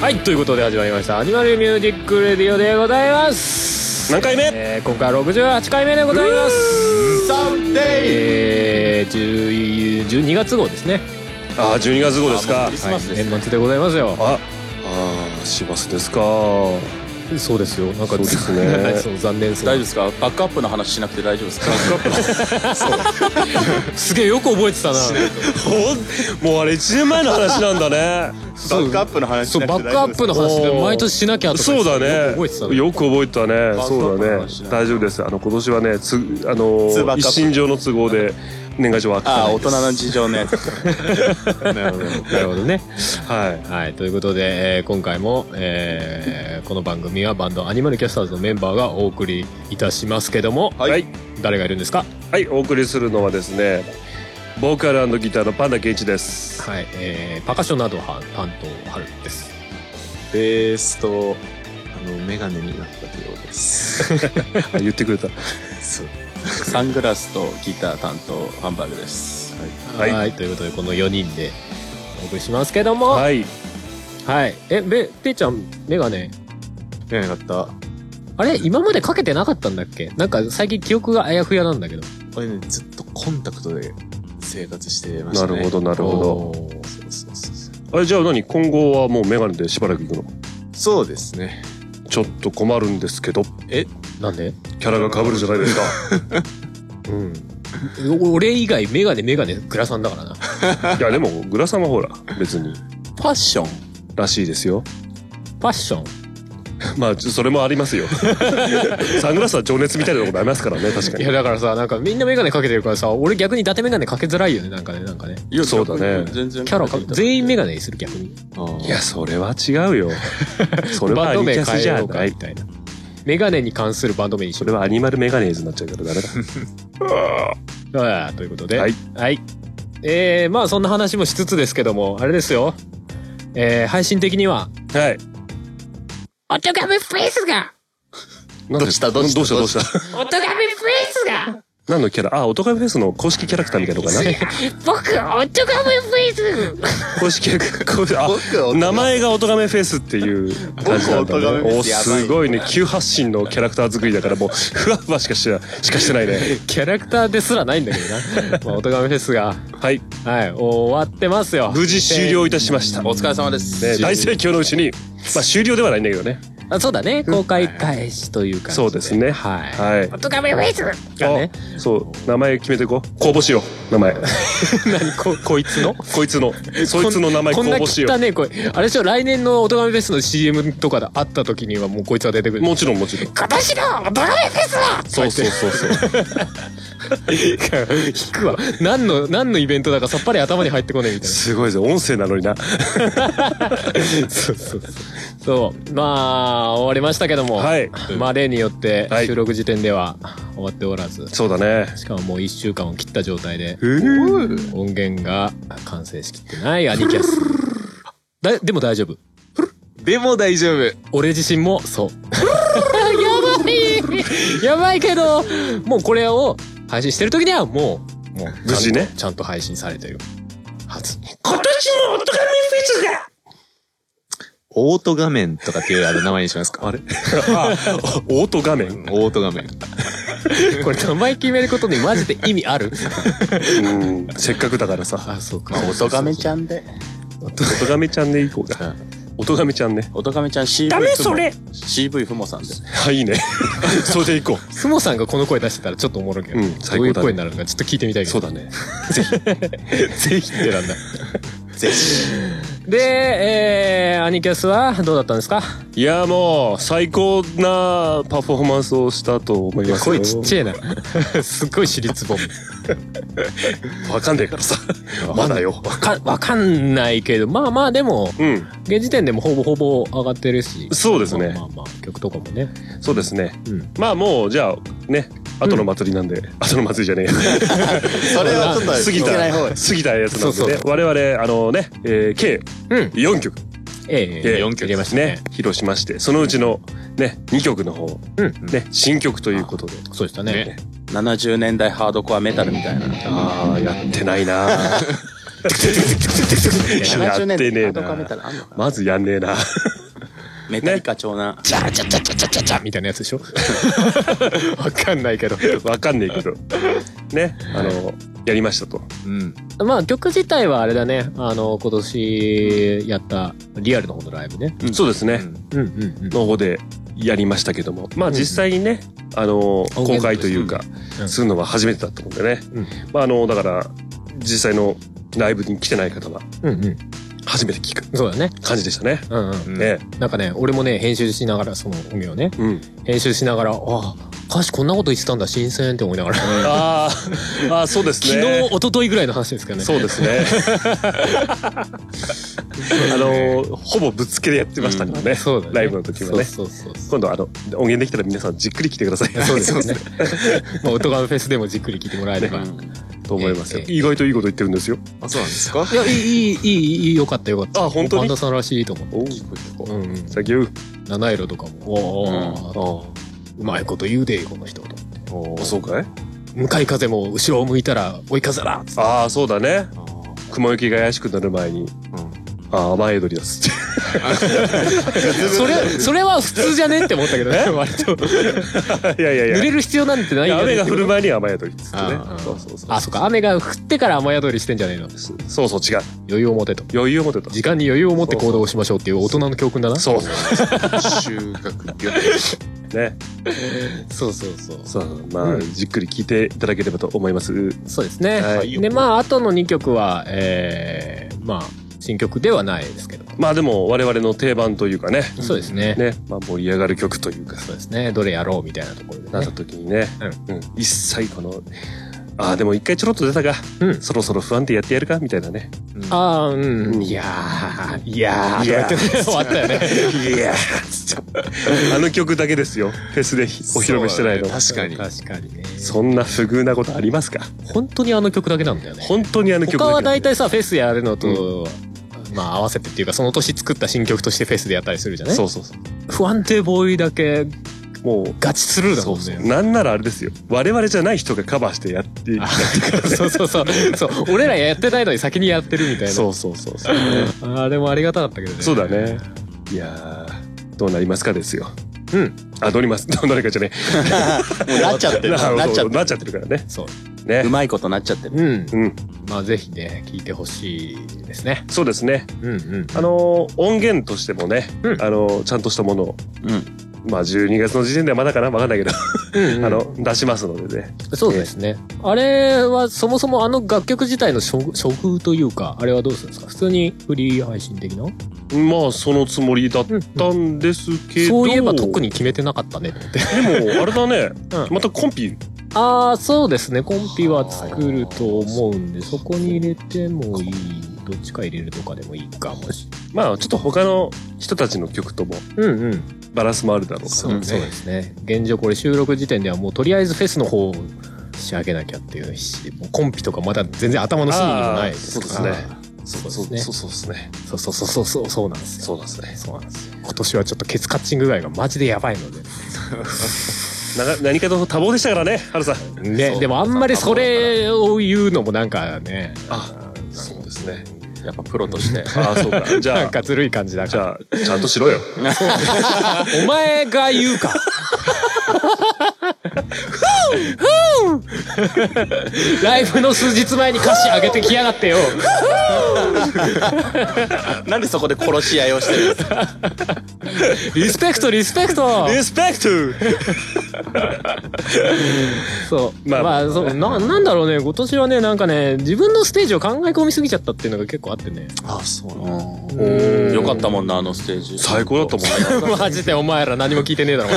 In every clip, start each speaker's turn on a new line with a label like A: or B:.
A: はいということで始まりました「アニマルミュージックレディオ」でございます
B: 何回目
A: えー、今回は68回目でございます
C: サンデー
A: えー、10 12月号ですね
B: ああ12月号です
C: あも
B: か
C: うクリスマスですね
A: 年末でございますよ
B: ああー師走ですか
A: そうですよなんか
B: そうです ね
A: そう残念そ
C: 大丈夫
A: う
C: ですかバックアップの話しなくて大丈夫ですか
A: すげえよく覚えてたな
B: ほんもうあれ1年前の話なん だね
A: そう
D: バックアップの話し
A: そう
D: なく
A: バ
D: て
A: ックアップの話で毎年しなきゃとか
B: そうだね
A: 覚えてたの
B: よく覚えてたね
C: バックアップ
B: そう
C: の
B: だね
C: 話だ
B: 大丈夫ですあの今年はねつあの
D: ツーバックアッ
B: ー
D: プ
B: 一身上の都合で年賀状は開けて
D: あ
B: な
D: あ
B: い
D: 大
B: です
D: 人の事 情ね
A: なるほどなるほどね
B: はい
A: はい、ということで、えー今回も、えーこの番組はバンドアニマルキャスターズのメンバーがお送りいたしますけども、
B: はい、はい
A: 誰がいるんですか
B: お送りするのはですねボーカルギターのパンダケンイチ です
A: はい、えーパーカッションなどは担当春です。
E: ベースと、あの、メガネになったようです。
B: あ言ってくれた
E: そう。
C: サングラスとギター担当ハンバーグです
B: はい
A: ということで、この4人でお送りしますけども、はい。
B: はい
A: え、べ、ぺーちゃん、メガネ、
E: メガネ買った。
A: あれ今までかけてなかったんだっけなんか最近記憶があやふやなんだけど。
E: 俺ね、ずっとコンタクトで生活してました
B: な
E: ね。
B: るほどなるほど
E: おー。そうそうそうそう。
B: あれじゃあ何今後はもうメガネでしばらく行くの
E: そうですね。
B: ちょっと困るんですけど
A: なんで
B: キャラが被るじゃないですか
A: うん。お俺以外メガネメガネグラさんだからな。
B: いやでもグラさんはほら別に
C: ファッション
B: らしいですよ
A: ファッション。
B: まあちょそれもありますよ サングラスは情熱みたいなとこありますからね確か
A: い
B: に
A: やだからさなんかみんなメガネかけてるからさ俺逆に伊達メガネかけづらいよねなんかねなんかね
C: いや
B: そうだね
C: 全然
A: キャラか全員メガネにする逆に
E: あ
B: いやそれは違うよそれは
A: バ
B: ア
A: ンド
B: ニキ
A: 名
B: ャ
A: 変
B: ス
A: え
B: じ
A: よ
B: ゃ
A: うか
B: な
A: み
B: い
A: たいなメガネに関するバンド名にし
B: そ
A: よ
B: れはアニマルメガネーズになっちゃうからダメだ
A: うああということでは
B: はい
A: い、えー、まあそんな話もしつつですけどもあれですよえー、配信的には
B: はい
F: おとがめフェイスが
B: どうしたどうしたどうしたどうした
F: おとがめフェイスが
B: 何のキャラあ、オトカメフェスの公式キャラクターみたいなのかな
F: 僕、おとがめフェイス
B: 公式キャラクター公式、あ、
D: 僕は
B: 名前がオトガメフェスっていう感じなんだ
D: 僕オトガメ
B: ね。
D: フェ
B: お
D: スやばい
B: すごいね。急発進のキャラクター作りだからもう、ふわふわしかしなしかしてないね。
A: キャラクターですらないんだけど なまあおとがめフェスが
B: はい。
A: はい終わってますよ
B: 無事終了いたしました。
C: お
B: ね、
C: 疲れ様です、
B: 大盛況のうち に、まあ終了ではないんだけどね。
A: あそうだね公開開始というか
B: そうですね
A: はい、
B: はい
F: お。とがめフェイス
A: がね
B: あそう、名前決めていこう。公募しよう。名 前。
A: 何ここいつの
B: こいつの、そいつの名前公
A: こんな
B: 募しよ
A: 汚
B: う。
A: ねえ声あれでしょ来年の「おとがめフェス」の CM とかで会った時にはもうこいつは出てくる
B: もちろんもちろん。
F: 今年のおとがめフェイスは
B: そうそうそうそう。
A: 引くわ何の何のイベントだかさっぱり頭に入ってこねえみたい
B: すごいぜ、音声なのに な。
A: なそうそうそうそうまあ終わりましたけども、
B: はい
A: まあ例によって
B: はい
A: 収録時点では終わっておらず、
B: そうだね。
A: しかももう1週間を切った状態で
B: うー
A: 音源が完成しきってないアニキャスだでも大丈夫
E: でも大丈夫。
A: 俺自身もそう やばいやばいけどもうこれを配信してる時にはもうもう
B: 無事
A: ち
B: ね
A: ゃんとちゃんと配信されてるは ず
E: オート画面とかっていうあの名前にしますかあれ
B: あ、オート画面。
E: オート画面。
A: これ名前決めることにマジで意味ある
B: うん、せっかくだからさ。
A: あそうか
C: まあ、おとがめち
A: ゃ
C: ゃんで
B: おとがめちゃんでいこうか。おとがめちゃんね。
C: おとがめちゃん CV ダメそれ CV ふもさんで
B: あ、いいね。 それでいこう。
A: スモさんがこの声出してたらちょっとおもろいけど、
B: うん
A: どういう
B: 最高だね
A: 声になるのかちょっと聞いてみたいけど
B: そうだね。
A: ぜひってなんだでえー、アニキャスはどうだったんですか
B: いや、もう、最高なパフォーマンスをしたと思いますよ。
A: 声ちっちゃいなすっごい尻つぼみ
B: わかんねえか らさ。まだよ。
A: わか、わかんないけど、まあまあでも、
B: うん。
A: 現時点でもほぼほぼ上がってるし。
B: そうですね
A: まあまあまあ、曲とかもね。
B: そうですね。
A: うん。
B: まあもう、じゃあ、ね。後の祭りなんで、後の祭りじゃねえや。
E: それはちょっと
B: 過ぎ
C: いけない方
B: た、
C: へ
B: 過ぎたやつなん
A: そう
B: で
A: そう
B: ね。我々、あのね、えー計
A: うん。
B: 4曲
A: ええ、ええ、
B: ええ
A: 4曲入れましたね。
B: ね、披露しまして、そのうちのね、2曲の方、
A: うん
B: ね、新曲ということで。
A: そうでしたね。
B: ね
C: 70年代ハードコアメタルみたいな。
B: ああ、やってないな やっ
C: 70
B: て
C: 年代
B: ね
C: ハ
B: え
C: ードコアメタ
B: な
C: ルあんのかな
B: まずやんね えな。
C: メタリカ調な。
A: チャチャチャチャチャチャチャみたいなやつ でしょわかんないけど。
B: わかんねえけど。ね、あの、やりましたと。
E: うん。
A: まあ曲自体はあれだね。あの、今年やったリアルの方のライブね。
B: そうですね。
A: うんうんうん。
B: の方でやりましたけども、まあ実際にね、あの、
A: 音源
B: 公開というか
A: う、ん
B: するのは初めてだったのでね
A: うん。
B: まああの、だから、実際のライブに来てない方は、
A: うんうん。
B: 初めて聞く
A: そうだね。
B: 感じでしたね。
A: うんうん。
E: うん
B: ね。
A: なんかね、俺もね、編集しながら、その音源をね、
B: うん。
A: 編集しながら、ああ、歌詞こんなこと言ってたんだ、新鮮って思いながら。
B: あーあー、そうです
A: 昨
B: ね
A: 日、。一昨日ぐらいの話ですけどね。
B: そうで すね。あの、ほぼぶっつけでやってましたからね。
A: そうだね。
B: ライブの時はね。
A: そうそうそう。
B: 今度あの、音源できたら皆さんじっくり聞いてください。
A: そうですよね。まあ、音ガンフェスでもじっくり聞いてもらえれば。
B: と思いますよ。
A: ええ
B: 意外といいこと言ってるんですよ。
E: あ、そうなんですか
A: いや、いい、いい、いい、いい、よかったよかった。
B: あ本当に
A: バンドさんらしいと思う。
B: おう、
A: うんうん。
B: 先言う。
A: 七色とかも、おーおーうまいこと言うで、この人と。
B: そうかい
A: 向かい風も後ろを向いたら追い風だつって
B: ああ、そうだね。雲行きが怪しくなる前に、ああ、雨宿りだっすっ
A: それ、それは普通じゃねって思ったけどね、割と。
B: て。 いやいやいや。
A: 濡れる必要なんてない
B: いや
A: よね
B: 雨が降る
A: って
B: 前に雨宿りっつってね
A: ああ。
B: そうそうそう。
A: あ、そっか、雨が降ってから雨宿りしてんじゃねえの。
B: そうそう、違う。
A: 余裕を持てと。
B: 余裕を持てた。
A: 時間に余裕を持って行動しましょうっていう大人の教訓だな。
B: そう。
E: 収穫力。
B: ね。
A: そうそうそう。
B: そう、まあ、じっくり聞いていただければと思います。
A: そうですね。
B: は
A: で、まあ、あとの2曲は、えー、まあ、新曲ではないですけど。
B: まあでも、我々の定番というかね。
A: そうですね。
B: ね。まあ、盛り上がる曲というか、
A: そうですね。どれやろうみたいなところで、ね。
B: なった時にね。うん。一切この、ああ、でも一回ちょろっと出たか。
A: うん
B: そろそろ不安定やってやるかみたいなね。
A: ああ、うん。
B: うん
A: いやー、いやー、
B: いやー
A: とか言って 終わったよね。
B: いやーあの曲だけですよ。フェスでお披露目してないの。
E: 確かに。
A: 確かにね。
B: そんな不遇なことありますか
A: 本当にあの曲だけなんだよね。
B: 本当にあの曲
A: 他
B: だけ
A: は大体さ、フェスやるのと、まあ合わせてっていうか、その年作った新曲としてフェスでやったりするじゃない
B: そうそうそう。
A: 不安定ボーイだけ
B: もう、
A: ガチスルーだ
B: そ
A: も
B: うんそ う。
A: ね。
B: なんならあれですよ。我々じゃない人がカバーしてやって、
A: そうそうそう。そう。俺らやってないのに先にやってるみたいな。
B: そうそうそうそう。
A: あれもありがたかったけどね。
B: そうだね。いやー、どうなりますかですよ。
A: うん。
B: あ、どうなります、どうなるかじゃね
C: もうなっちゃって
B: え。
C: る。なっちゃっ
B: ほど
C: て
B: なっ
C: る。
B: ちゃってるからね。
A: そう。
B: ね
C: う。まいことなっちゃってる。
A: うん。
B: うん。
A: まあぜひね、聞いてほしいですね。
B: そうですね。
A: うんうん。
B: あのー、音源としてもね、
A: うん
B: あのー、ちゃんとしたものを、
C: うん。
B: まあ12月の時点ではまだかなわかんないけど、
A: うんうん
B: あの、出しますのでね。
A: そうですね。あれはそもそもあの楽曲自体の処処風というか、あれはどうするんですか普通にフリー配信的な
B: まあ、そのつもりだったんですけど。
A: そういえば特に。決めてなかったねと思って。
B: でも、あれだね
A: う。ん
B: またコンピ、
A: ああ、そうですね。コンピは作ると思うんで、そこに入れてもいい。どっちか入れるとかでもいいかもし
B: まあ、ちょっと他の人たちの曲とも
A: れない。うんうん。
B: バランスもあるだろうか
E: そ
B: ら。
E: う
A: そう
E: ね。
A: ですね。現状これ収録時点ではもうとりあえずフェスの方を仕上げなきゃっていうし、もうコンピとかまだ全然頭の隅にもないですから。
B: あーそう
A: そうで
B: そ
A: すね。
B: うそうそうそうですね。
A: そうそうそうそうそうそうなんですよ。
B: そうなんですね。
A: そうなんですよ。今年はちょっとケツカッチング具合がマジでやばいので。
B: なが何かと多忙でしたからね、ハルさん。
A: ね、でもあんまりそれを言うのもなんかね、
B: あ、そうですね。
C: やっぱプロとして。
B: ああ、そうか。じ
A: な
B: ゃ
A: んかずるい感じだ
B: あ、じ
A: から。
B: ゃあ、ちゃんとしろよ。
A: お前が言うか。ライブの数日前に歌詞上げてきやがってよ。
C: なんでそこで殺し合いをしてるんですか
A: リスペクト、リスペクト。
B: リスペク
A: そう。ま
B: ま
A: あ、
B: あ
A: そうな、なんだろうね、今年はね、なんかね、自分のステージを考え込みすぎちゃったっていうのが結構あってね。
C: あ、そう
B: ト
A: うん
C: よかったもんな、あのステージ。
B: 最高だったもんね。
A: マジでお前ら何も聞いてねえだろ。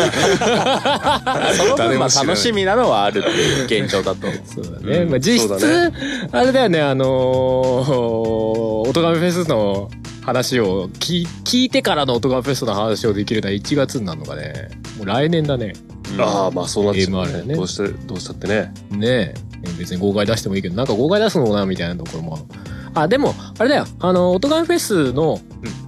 C: その分、まあ
E: 知らない
C: 楽しみなのはあるっていう。現状だと。
A: そうだね。まあ、実
B: そうだ
A: 質、あれだよね、あのー、おとがめフェスの話を聞、聞いてからのおとがめフェスの話をできるのは1月になるのかね。もう来年だね。
B: ああ、まあそうなっちゃう
A: AMR ね
B: どうして、どうしたってね。
A: ねえ。別に号外出してもいいけど、なんか号外出すのもな、みたいなところも。あ、でも、あれだよ。あの、おとがめフェスの、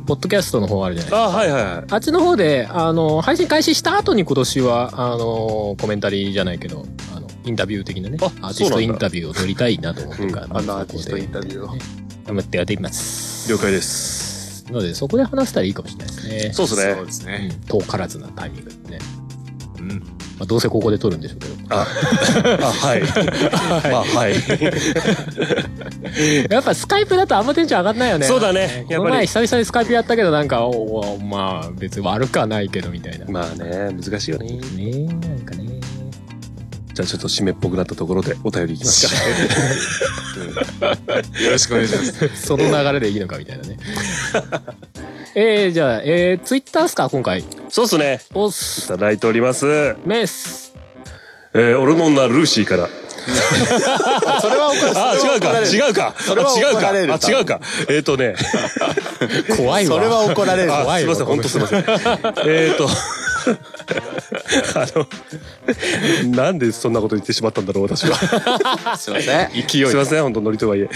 A: ポッドキャストの方あるじゃない
B: ああ、はいはいはい。
A: あっちの方で、あの、配信開始した後に今年は、あの、コメンタリーじゃないけど、あの、インタビュー的なね、
B: あ
A: アーティスト
B: そう
A: イ
B: なんだ
A: ンタビューを撮りたいなと思ってるから、
C: うんあのアーティストインタビューを
A: ね頑張ってやってみます。
B: 了解です。
A: なので、そこで話したらいいかもしれないですね。
B: そう
E: そう
B: ですね。
E: です
A: う
E: ね。
A: ん、遠からずなタイミングでね。
E: うん。
A: まあ、どうせここで撮るんでしょうけど。
B: あ、あはい。まあはい。
A: やっぱスカイプだとあんまテンション上がんないよね。
B: そうだね
A: この
B: やっぱ
A: 前
B: り
A: 久々にスカイプやったけど、なんか、おおまあ、別に悪くはないけど、みたいな。ね
B: まあね、難しいよね。
A: え、なんかね。
B: じゃあちょっと締めっぽくなったところでお便りいきますか。
E: よろしくお願いします。
A: その流れでいいのかみたいなね。 えー、じゃあ、えー、ツイッターっすか今回。
B: そうっすね。
A: おっ
B: い
A: す。
B: ただいております。え
A: メス。
B: ー、俺の女ルーシーから。
C: それはおか
B: ああ、違うか、違うか。あ、
C: れは
B: 違う
C: 怒られる
B: か。あ、違うか。えっとね。
A: 怖いわ。
C: それは怒られる。
B: あ、
A: 怖
B: す
A: い
B: いま
A: わ
B: せん、本当すいません。えっと、あの、 なんでそんなこと言ってしまったんだろう、私は。
C: すいません。
B: 勢い。 すいません、本当ノリとはいえ。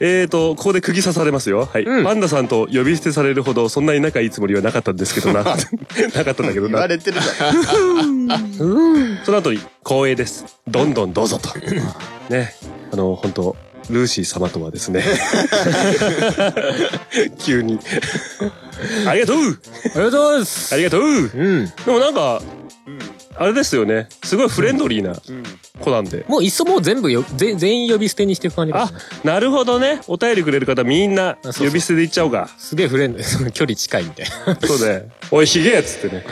B: えーと、ここで釘刺されますよ。はい。パンダさんと呼び捨てされるほど、そんなに仲いいつもりはなかったんですけど な。なかったんだけど
C: 言わ
B: な。
C: れてるじゃん。
B: その後に、光栄です。どんどんどうぞと。ね。あの、本当ルーシー様とはです ね。急に。ありがとう
A: ありがとうございます。
B: ありがとう
A: うん。
B: でもなんか、あれですよね。すごいフレンドリーな子なんで。
A: もういっそもう全部よ、ぜ全員呼び捨てにしていく感じか
B: あ
A: な、
B: なるほどね。お便りくれる方みんな
A: そうそう
B: 呼び捨てで行っちゃおうか。
A: すげえフレンド、 その距離近いみたいな。
B: そうね。おい、ひげやっつってね。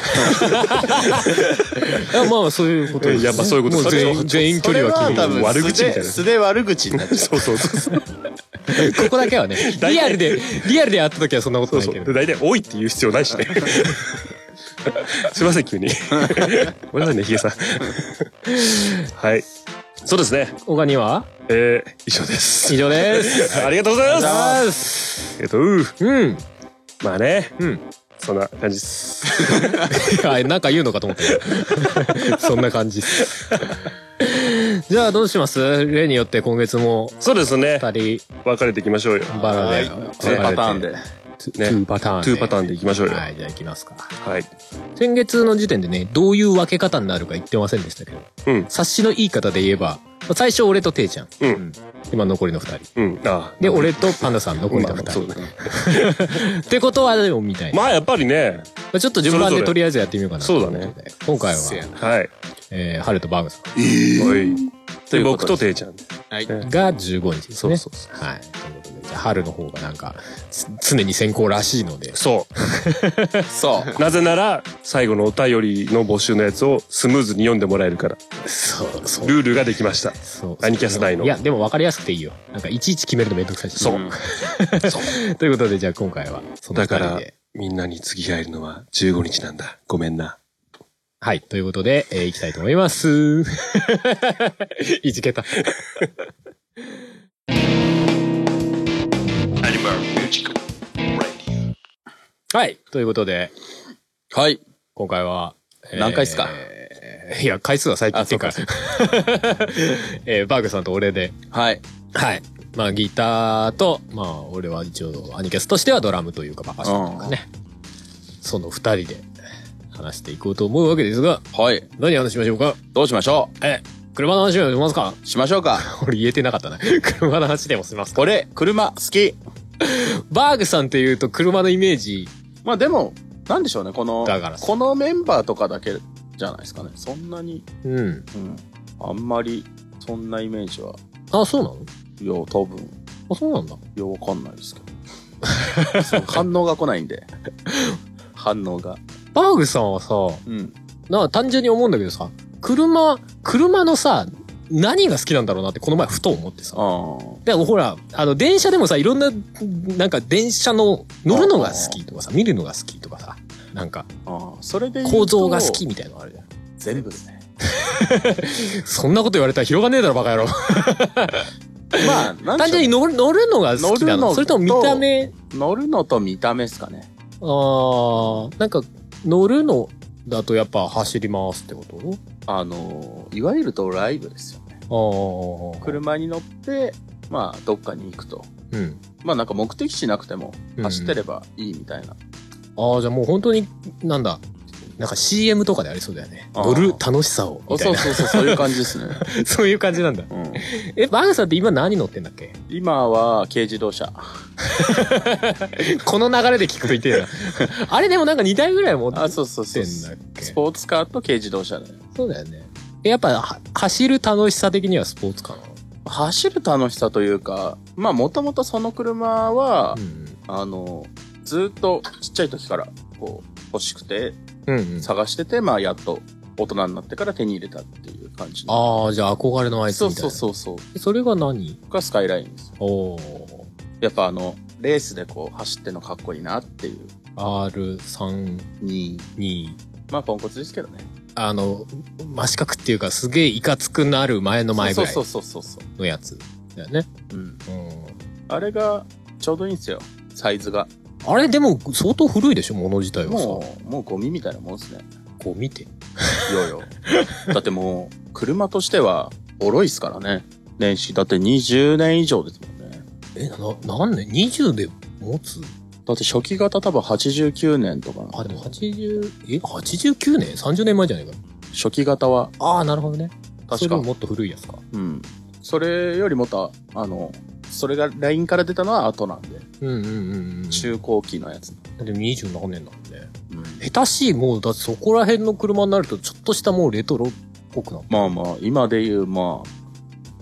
A: いやまあ、そういうことです、ね。
B: やっぱそういうこと
A: も
B: それ
A: 全
B: は
A: 員、全員距
C: それ
A: 離は
C: は
A: 気
C: 多分
B: 悪口みたいな
C: 素で素で悪口になっちゃ
B: そうそうそうそう。
A: ここだけはね。リアルで、リアルで会った時はそんなこと
B: そう
A: ない
B: そう
A: けど。
B: で大体、おいって言う必要ないしね。すいません、急に。ごめんなさいね、ひげさん。はい。そうですね。
A: 他には
B: えー、以上です。
A: 以上です。
B: ありがとうございます。
A: ます。
B: えっと、うー
A: うん。
B: まあね。
A: うん。
B: そんな感じです。
A: あなんか言うのかと思った。そんな感じです。じゃあどうします例によって今月も
B: そうですね。
A: 2人
B: 別れていきましょうよ。
A: バラで
C: う。
A: 分か
C: そ
A: れ
C: う
A: て。
C: パターンで。
B: ね
A: 2パターンで。
B: 2パターンでいきましょうよ。
A: はい、じゃあ行きますか。
B: はい。
A: 先月の時点でね、どういう分け方になるか言ってませんでしたけど、
B: うん。
A: 察しのいい方で言えば、まあ最初俺とていちゃん。
B: うん。
A: 今残りの2人。
B: うん。ああ
A: で、俺とパンダさん残りの2
B: まあそ
A: 人。
B: うね
A: ってことはでもみたいな。ま
B: まあ、やっぱりね。
A: あちょっと順番
B: それぞ
A: で
B: れ
A: とりあえずやってみようかなと思って。
B: そうだ
A: 今回は、
E: せやな
B: はい。
A: えー、ハルとバーグさ
B: はい。
C: と
B: で、
C: いうこ
B: 僕
C: とで
B: とていちゃんで。
E: はい。
A: んが15日です
B: そ
A: ね
B: う。そうそう。
A: はい。ということで、じゃあ春の方がなんか、つ常に先行らしいので。
B: そ
C: そう。
B: う。 なぜなら、最後のお便りの募集のやつをスムーズに読んでもらえるから。
A: そう、そう。
B: ルールができました。
A: そう
B: アニキャス内の
A: いや、でも分かりやすくていいよ。なんか、いちいち決めるのめんどくさいし。
B: そう。
A: ということで、じゃあ今回は、その
B: だか
A: 2人
B: ら
A: で。、
B: みんなに次会えるのは15日なんだ。ごめんな。
A: はい。ということで、えー、いきたいと思います。 いじけた。はい。ということで、
C: はい。
A: 今回は、えー
C: 何回っすか
A: いや、回数は最近っていうか
C: あそ。
A: えー、バーグさんと俺で、
C: はい。
A: はい。まあギターと、まあ俺は一応アニキャスとしてはドラムというかバカシというかね。その二人で話していこうと思うわけですが、
C: はい。
A: 何話しましょうか
C: どうしましょ
A: え、車の話をしますか
C: うしましょうか。
A: 俺言えてなかったな。 車の話でもしますか
C: 俺、車、好き。
A: バーグさんって言うと車のイメージ、
C: まあでも、なんでしょうね、この
A: だから、
C: このメンバーとかだけじゃないですかね。そんなに、
A: うん。
C: うん。あんまり、そんなイメージは、
A: あ、そうなの
C: よう、多分、
A: あ、そうなんだ。
C: ようわかんないですけど。そう反応が来ないんで。反応が。
A: バーグさんはさ、
C: うん。
A: なあ単純に思うんだけどさ、車、車のさ、何が好きなんだろうなってこの前ふと思ってさ。
C: あ
A: でもほら、あの、電車でもさ、いろんな、なんか電車の乗るのが好きとかさ、見るのが好きとかさ、なんか
C: あ。ああ。それで言うと
A: 構造が好きみたいなのあるじゃん。
C: 全部ですね。
A: そんなこと言われたら広がねえだろ、バカ野郎。
C: まあ、な ん
A: 単
C: で
A: 純
C: し
A: に
C: ょ
A: 乗る乗るのが好きな
C: 乗るの
A: の
C: と
A: それとも見た目、
C: う。乗るのと見た目っすかね。
A: あー、なんか、乗るのだとやっぱ走り回すってこ
C: あの、いわゆるドライブですよね。
A: とああ。
C: 車に乗って、まあ、どっかに行くと。
A: うん。
C: まあ、なんか目的地なくても
A: うん
C: 走ってればいいみたいな。
A: ああ、じゃあもう本当に、なんだ、なんか CM とかでありそうだよね。
C: あー
A: 乗る楽しさを。
C: あ
A: みた
C: そ
A: いうな。
C: そうそう、そういう感じです ね。
A: そういう感じなんだ。
C: うん、
A: え、バグさんって今何乗ってんだっけ
C: 今は軽自動車。
A: この流れで聞くと言ってるな。 あれでもなんか2台ぐらい持ってんだ
C: あ、
A: っ
C: そうそうそう。ス
A: け
C: ポーツカーと軽自動車で。
A: そうだよね。えやっぱは走る楽しさ的にはスポーツかな。
C: 走る楽しさというか、まあ、もともとその車は
A: う、ん
C: あの、ずっとちっちゃい時から、こう、欲しくて、
A: うん。うんうん、
C: 探してて、まあ、やっと大人になってから手に入れたっていう感じの。
A: ああ、じゃあ憧れのアイス
C: そう
A: みたい
C: そ
A: な。
C: うそうそう。
A: う。それが何
C: がスカイラインですよ。
A: おお
C: やっぱあの、レースでこう、走ってんのかっこいいなっていう。
A: ー。R32。
C: に、まあ、ポンコツですけどね。
A: あの、真四角っていうかすげえいかつくなる前の前ぐらい
C: そうそうそうそうそ
A: のやつだよね。
C: う。うん。
A: うん。
C: あれが、ちょうどいいんですよ。サイズが。
A: あれでも相当古いでしょ、物自体はさ。
C: もう、もうゴミみたいなもんですね。
A: こう見て。
C: よよ。だってもう、車としては、ボロいっすからね。年始。だって20年以上ですもんね。
A: え、な、何年 ?20 で持つ
C: だって初期型多分89年とかなんで。
A: あ、でも80、え、89年 ?30 年前じゃないか。
C: 初期型は、
A: ああ、なるほどね。そ
C: 確
A: れよ
C: か
A: り。もっと古いやつか。
C: うん。それよりもっと、あの、それが LINE から出たのは後なんで。
A: うんうんうんうん。
C: 中後期のやつ。
A: でも27年なんでね。
C: うん。
A: 下手しい、もう、だってそこら辺の車になると、ちょっとしたもうレトロっぽくなる。
C: まあまあ、今で言う、まあ、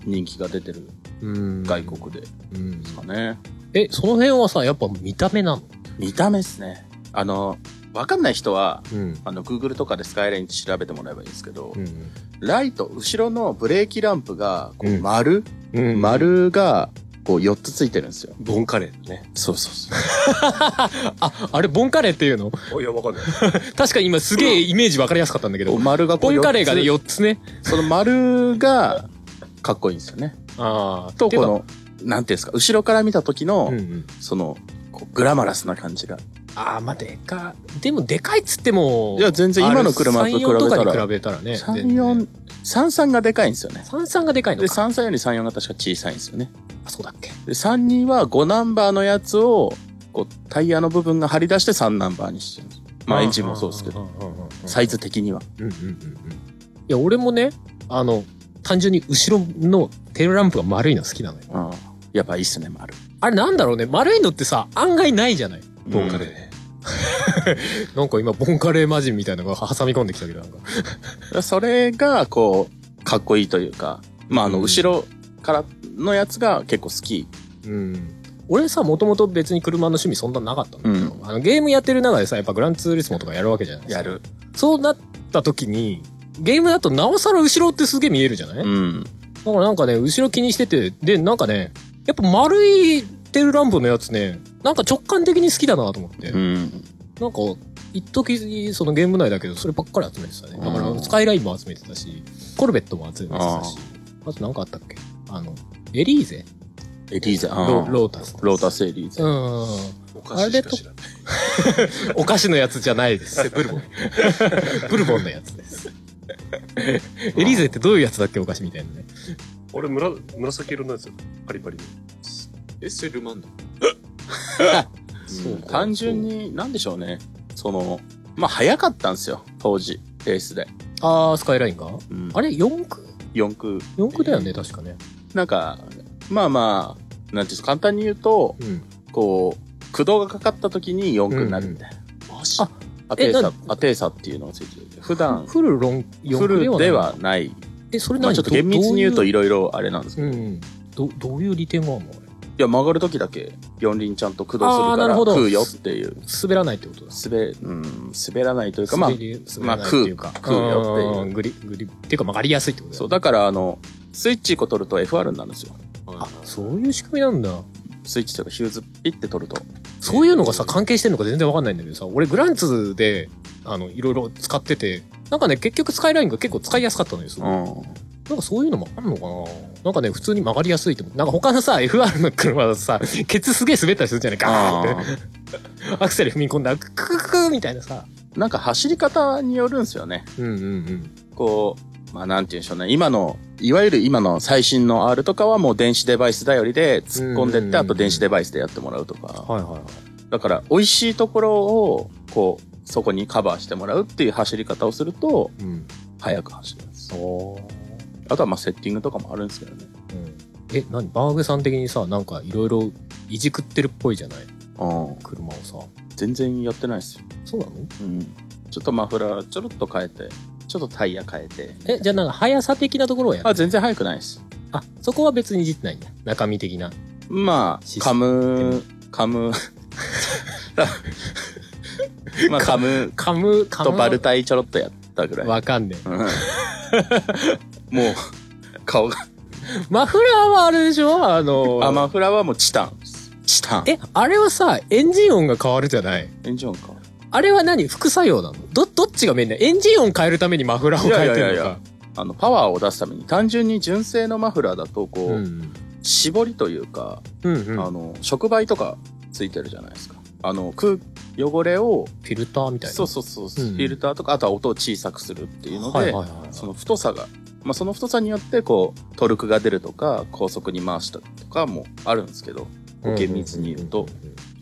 C: 人気が出てる
A: うん
C: 外。国でで
A: うん。
C: すかね。
A: え、その辺はさ、やっぱ見た目なの
C: 見た目っすね。あの、わかんない人は、
A: うん。
C: あの、Google とかでスカイラインって調べてもらえばいいんですけど、
A: うん。
C: ライト、後ろのブレーキランプが、こ
A: う
C: うん丸、
A: うん。
C: 丸が、こう4つついてるんですよ。
B: ボンカレーね。
C: そうそうそう。
A: あ、あれ、ボンカレーっていうの
B: おいや、わかんない。
A: 確かに今すげえイメージわかりやすかったんだけど。
C: 丸がこ
A: ボ
C: う
A: ンカレーがね、
C: 4
A: 4つね。
C: つ。その丸が、かっこいいんですよね。
A: ああ。
C: と、この、なんていうんですか、後ろから見た時の、
A: うんうん。
C: その、こうグラマラスな感じが。
A: ああ、まあ、でか、でもでかいっつっても。
C: いや、全然今の車と比べ
A: あれ34
C: た
A: とかに
C: ら
A: 比、べたらね。
C: 3、
A: 全然
C: 4、33がでかいんですよね。
A: 33がでかい
C: で、
A: のか。
C: 33より34が確か小さいんですよね。
A: あ、そうだっけ。
C: で、32は5ナンバーのやつを、こう、タイヤの部分が張り出して3ナンバーにしてるんです。まあ、エンジンもそうですけど、
A: んうんうんうん
C: サイズ的には。
A: うんうんうんうん。いや、俺もね、あの、単純に後ろのテールランプが丸いの好きなのよ。
C: うん。やっぱいいっすね、丸。
A: あれなんだろうね、丸いのってさ、案外ないじゃない
B: ボンカレーね。
A: なんか今、ボンカレー魔人みたいなのが挟み込んできたけど、なんか。
C: それが、こう、かっこいいというか、まあ、あの、
A: うん
C: 後ろからのやつが結構好き。
A: うん。俺さ、もともと別に車の趣味そんななかったんだけど、
C: う
A: あのゲームやってる中でさ、やっぱグランツーリスモとかやるわけじゃないですか。
C: る。
A: そうなった時に、ゲームだとなおさら後ろってすげえ見えるじゃない、
C: う
A: だ
C: ん。
A: からなんかね、後ろ気にしてて、で、なんかね、やっぱ丸いテールランプのやつね、なんか直感的に好きだなと思って。
C: うん。
A: なんか、一時そのゲーム内だけど、そればっかり集めてたね。だか
C: う
A: ら、
C: ん
A: スカイラインも集めてたし、コルベットも集めてたし、あとなんかあったっけあの、エリーゼ
C: エリーゼ、あ
A: ロ
C: ー
A: ロータス。
C: ロータスエリーゼ
A: う。ん。
B: お菓子しか知らない。
A: お菓子のやつじゃない です。
B: ブルボン。
A: ブルボンのやつです。エリーゼってどういうやつだっけお菓子みたいなね。
B: 俺、むら紫色のやつよ。パリパリの。
E: え、それルマンド
C: うん単純に、なんでしょうね。その、まあ、早かったんですよ、当時、レースで。
A: あー、スカイラインが
C: うん
A: あれ、4区
C: 四駆
A: ?4 区だよね、確かね。
C: なんか、まあまあ、なんていうんですか、簡単に言うと、
A: うん。
C: こう、駆動がかかった時に四駆になるみたいな。
E: マジ
A: あ
C: アテー
A: な
C: サ
A: ん、
C: アテーサっていうのをついてて、普段、
A: フルロン、4
C: フ
A: 区ではない
C: ルではない。
A: え、それ
C: ま
A: 何
C: あちょっと厳密に言うとい
A: い
C: ろいろあれなんですけ
A: う
C: ど。い
A: ん。ど、どういう利点があるのあれ
C: や、曲がる時だけ四輪ちゃんと駆動する
A: あー
C: か
A: な
C: ら
A: るほど
C: 食うよっていう。
A: 滑らないってことだ。
C: 滑、うん、滑らないというか、まあ、
A: まあ、
C: まあ
A: 食う。か
C: 食うよっていう
A: うんグリ、グリ、っていうか、曲がりやすいってことだよね
C: そう、だからあの、スイッチ1個取ると FR になるんですよ。
A: あ、そういう仕組みなんだ。
C: スイッチというかヒューズピッて取ると。
A: そういうのがさ、関係してんのか全然わかんないんだけどさ、俺、グランツで、あの、いろいろ使ってて、なんかね、結局スカイラインが結構使いやすかったのよ、すごい。
C: う
A: なんかそういうのもあんのかななんかね、普通に曲がりやすいと思う。なんか他のさ、FR の車だとさ、ケツすげえ滑ったりするじゃないガーンっ
C: ん。
A: て。アクセル踏み込んだら、ククククみたいなさ。
C: なんか走り方によるんですよね。
A: うんうんうん。
C: こう、まあなんて言うんでしょうね。今の、いわゆる今の最新の R とかはもう電子デバイス頼りで突っ込んで
A: うんうん
C: っ
A: うん
C: て、あと電子デバイスでやってもらうとか。
A: はいはいはい。
C: だから、美味しいところを、こう、そこにカバーしてもらうっていう走り方をすると、
A: うん。
C: 速く走るんです。
A: おー。
C: あとはまあセッティングとかもあるんですけどね。
A: うん、え、何バーグさん的にさ、なんかいろいろいじくってるっぽいじゃない
C: うん。
A: 車をさ。
C: 全然やってないですよ。
A: そうなの
C: うん。ちょっとマフラーちょろっと変えて、ちょっとタイヤ変えて。
A: え、じゃあなんか速さ的なところをやる
C: あ、全然速くないです。
A: あ、そこは別にいじってないんだ。中身的な。
C: ま
A: システ
C: あ、
A: ム
C: カ ム、カム、まあ、カム
A: カム、カム
C: と
A: の。
C: バルタイちょろっとやったぐらい。
A: わかんねえ。
C: うんもう、顔が。
A: マフラーはあれでしょあの、
C: あ、マフラーはもうチタンです。チタン。
A: え、あれはさ、エンジン音が変わるじゃない
C: エンジン音か。
A: あれは何副作用なのど、どっちがメインだエンジン音変えるためにマフラーを変えてるのか。
C: いやいやいやあの、パワーを出すために、単純に純正のマフラーだと、こう、
A: うん。
C: 絞りというか、
A: うんうん。
C: あの、触媒とかついてるじゃないですか。あの、空、汚れを、
A: フィルターみたいな。
C: そうそうそう、フ
A: うん
C: ィルターとか、あとは音を小さくするっていうので、
A: はいはいはい。
C: その太さが、まあ、その太さによってこうトルクが出るとか高速に回したとかもあるんですけど
A: うん
C: 厳密に言うと。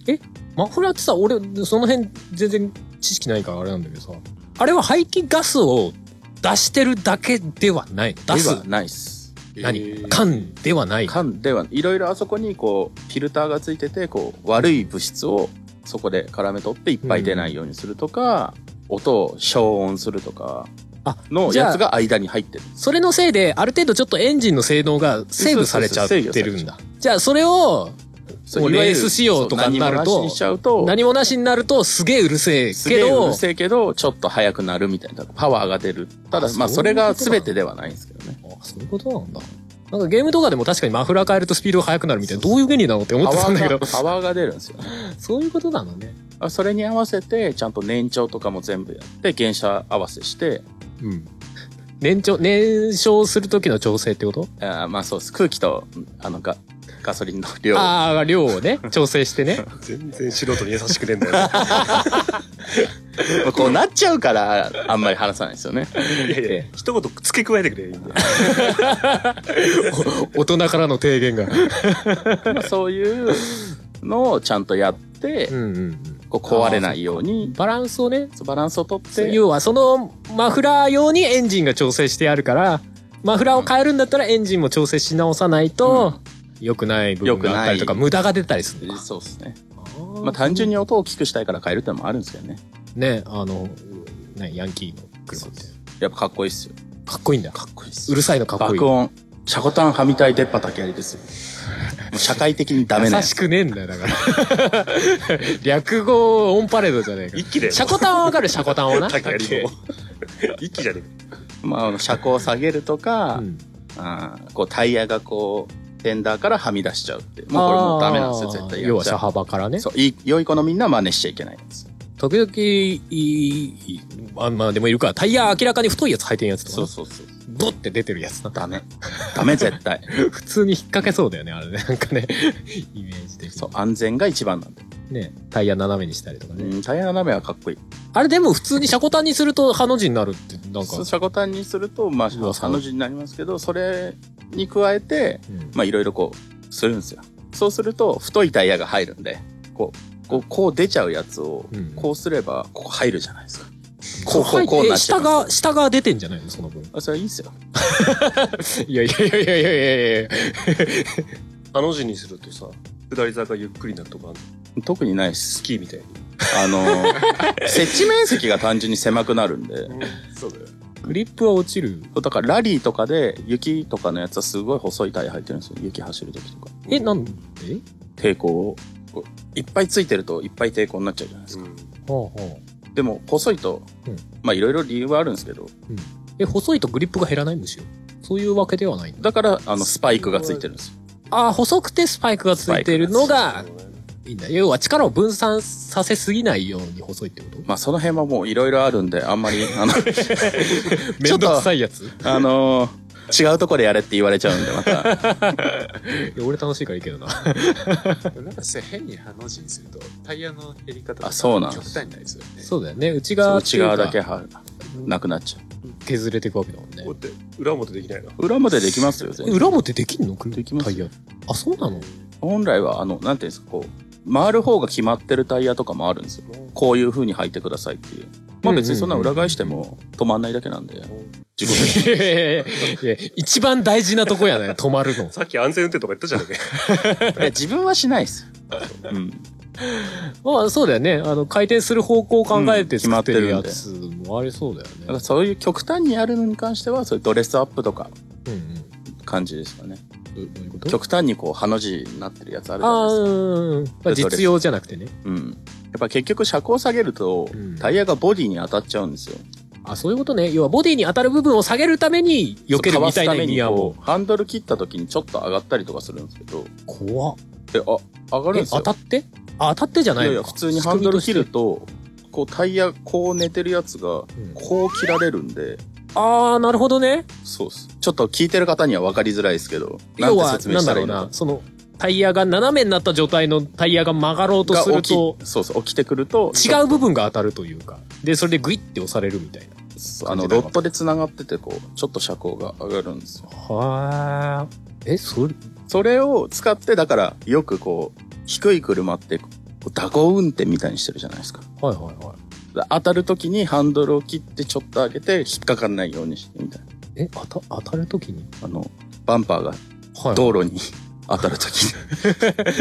A: え、マフラーってさ、俺、その辺全然知識ないからあれなんだけどさ、あれは排気ガスを出してるだけではないの。出
C: ですは、ないっす
A: 何缶ではない。
C: 缶ではいろいろあそこにこうフィルターがついててこう悪い物質をそこで絡め取っていっぱい出ないようにするとか、音を消音するとか
A: あ
C: の
A: じゃあ
C: やつが間に入ってる
A: それのせいで、ある程度ちょっとエンジンの性能がセーブされちゃってるんだ。じゃあ、それを
C: そう
A: もう
C: いわゆ
A: レ
C: る
A: ース仕様とかになると
C: そう何もなしにしちゃうと
A: 何もなしになるとすげえうるせえ
C: す
A: け
C: げえう
A: ど
C: る、せえけどちょっと速くなるみたいなパワーが出るただ
A: あ
C: まあ
A: そ
C: そう
A: いう
C: れ
A: ことなん
C: が
A: だ
C: 全てではないんですけどね
A: あそういうことなんだ。なんかゲームとかでも確かにマフラー変えるとスピードが速くなるみたいな、どういう原理なのって思
C: パ
A: ってた
C: ワ
A: んだけ
C: ーが
A: ど、
C: パワーが出るんですよね
A: そういうことなのね。
C: あそれに合わせて、ちゃんと年長とかも全部やって、原車合わせして、
A: うん。燃焼、燃焼する時の調整ってこと
C: あーまあそうです。空気と、あの、ガ、ガソリンの量。
A: ああ、量を ね、調整してね。
B: 全然素人に優しくねえんだよね。
C: まあこうなっちゃうから、あんまり話さないですよね。
B: いやいや、一言付け加えてくれ、いいんだよ
A: 大人からの提言が。
C: まあそういうのをちゃんとやって、
A: んうん。
C: こう壊れないように、
A: バランスをね、
C: バランスをとって、
A: 要はそのマフラー用にエンジンが調整してあるから、マフラーを変えるんだったらエンジンも調整し直さないと、良くない部分があったりとか、
C: 良くない
A: 無駄が出たりするのか。
C: そうですね。まあ単純に音を大きくしたいから変えるってのもあるんですけどね。
A: ね、あの、ね、ヤンキーの車って。
C: やっぱかっこいいっすよ。
A: かっこいいんだ。
C: かっこいいっす
A: うるさいのかっこいい。
C: 爆音。シャコタンはみたい出っ歯だけありですよ。もう社会的にダメな
A: 優
C: やつ
A: しくねえんだよ、だから。 略語オンパレードじゃねえか。
B: 一気だよ。
A: シャコタンはわかるシャコタンは な。
B: 竹槍も。一気じゃね
C: まああの、車高を下げるとか、
A: うん
C: あーこうタイヤがこうフェンダーからはみ出しちゃうっていうもうこれもうダメなんですよ絶対やっちゃう
A: 要は車幅からね。
C: そういい良い子のみんな真似しちゃいけないやつ
A: 時々、いい、あまあでもいるから、タイヤ明らかに太いやつ履いてるやつとかね、
C: そうそうそう
A: ボッて出てるやつな。
C: ダメ ダメ絶対
A: 普通に引っ掛けそうだよね、あれね。 なんかね、イメージ的
C: そう
A: に。
C: 安全が一番なんで、
A: ね、タイヤ斜めにしたりとかね。
C: うん、タイヤ斜めはかっこいい
A: あれでも普通に車庫端にするとハの字になるって、なんか
C: そう。車庫端にするとまあ
A: うわ
C: ハの字になりますけどそれに加えて
A: うん
C: まあいろいろこうするんですよそうすると太いタイヤが入るんでこうこうこう出ちゃうやつを
A: うん
C: こうすればここ入るじゃないですか、こうこうこう
A: え
C: なっちゃ
A: 下
C: う
A: が、下が出てんじゃないのその分。
C: あそれいいっすよ
A: いやいやいやいやいやいやいや
B: あの字にするとさ、下り坂ゆっくりになるとかあんの
C: 特にないっす
B: スキーみたいに。
C: あの ー設置面積が単純に狭くなるんで、
B: そうだよ。
A: グリップは落ちる。
C: だからラリーとかで雪とかのやつはすごい細いタイヤ入ってるんですよ。雪走るときとか。
A: え、なんで
C: 抵抗を。こういっぱいついてるといっぱい抵抗になっちゃうじゃないですか。
A: はあはあ。
C: でも細いと、
A: うん
C: まあいろいろ理由はあるんですけど、
A: え、細いとグリップが減らないむしろ。そういうわけではないんだ。
C: だからあのスパイクがついてるんですよ。
A: ああ、細くてスパイクがついてるのが、いいんだ。要は力を分散させすぎないように細いってこと
C: まあその辺はもういろいろあるんで、あんまり、あの、
A: め
C: ちょ
A: ん
C: っと
A: どくさいやつ
C: あの違うとこでやれって言われちゃうん で、また。
A: いや俺楽しいからいいけどな。
E: なんかせ変にハの字にするとタイヤの減り方とか
C: あそうなん
E: 極端になりそうよね。
A: そうだよね。内
C: そ
A: 側
C: う
A: って
C: 内
A: いうか
C: 側だけはなくなっちゃ
A: 削れていくわけだもんね
B: こ。うやって裏表できないの
C: う。裏までできますよ、全然。
A: 裏表できんの
C: できます
A: タイヤ。あ、そうなの
C: 本来は、あの、なんていうんですか、こう、回る方が決まってるタイヤとかもあるんですよ。こういう風に履いてくださいっていう。まあ別にそんな裏返しても止まんないだけなんで。自己的
A: いやいやいやいや一番大事なとこ やね。止まるの。
B: さっき安全運転とか言ったじゃんね。
C: に いや自分はしないですよ。うん。
A: まあそうだよね。あの、回転する方向を考えて
C: うん決ま
A: 作
C: っ
A: ってて
C: るん
A: る
C: で
A: やつもありそうだよ
C: だから
A: ね。
C: そういう極端にやるのに関しては、そういうドレスアップとか
A: うんうん。
C: 感じですかね。
A: どどういうこと
C: 極端にこう、ハの字になってるやつあるじゃ
A: あ
C: ない
A: ー
C: で
A: うんうん。まあ実用じゃなくてね。
C: すか。うん。やっぱ結局車高下げると
A: うん、
C: タイヤがボディに当たっちゃうんですよ。
A: あ、そういうことね。要はボディに当たる部分を下げるために避けるみたいな意味合
C: そうかわすために
A: も
C: こ。うハンドル切った時にちょっと上がったりとかするんですけど、
A: 怖っ
C: え、あ、上がるん
A: え、
C: ですよ
A: 当。たってあ、当たってじゃないい
C: や
A: の
C: い
A: か
C: や、普通にハンドル切。る
A: 仕
C: と、こうタイヤ、こう寝てるやつが、
A: 組みとして
C: こう切られるんで、
A: うんあー、なるほどね。
C: そうっす。ちょっと聞いてる方には分かりづらいですけど、
A: 要は、
C: んて
A: なんだろうな、その、タイヤが斜めになった状態のタイヤが曲がろうと
C: が
A: する
C: 起き
A: と、
C: そうそう、起きてくると、
A: 違う部分が当たるというか、で、それでグイって押されるみたいな。
C: そうあの、ロッドで繋がってて、こう、ちょっと車高が上がるんですよ。
A: はー。え、それ、
C: それを使って、だから、よくこう、低い車って、こう蛇行運転みたいにしてるじゃないですか。
A: はいはいはい。
C: 当たる時にハンドルを切ってちょっと上げて引っかかんないようにしてみたいな。
A: え、当た、当たるときに
C: あの、バンパーが
A: は
C: 道路に当たる時に。
B: あの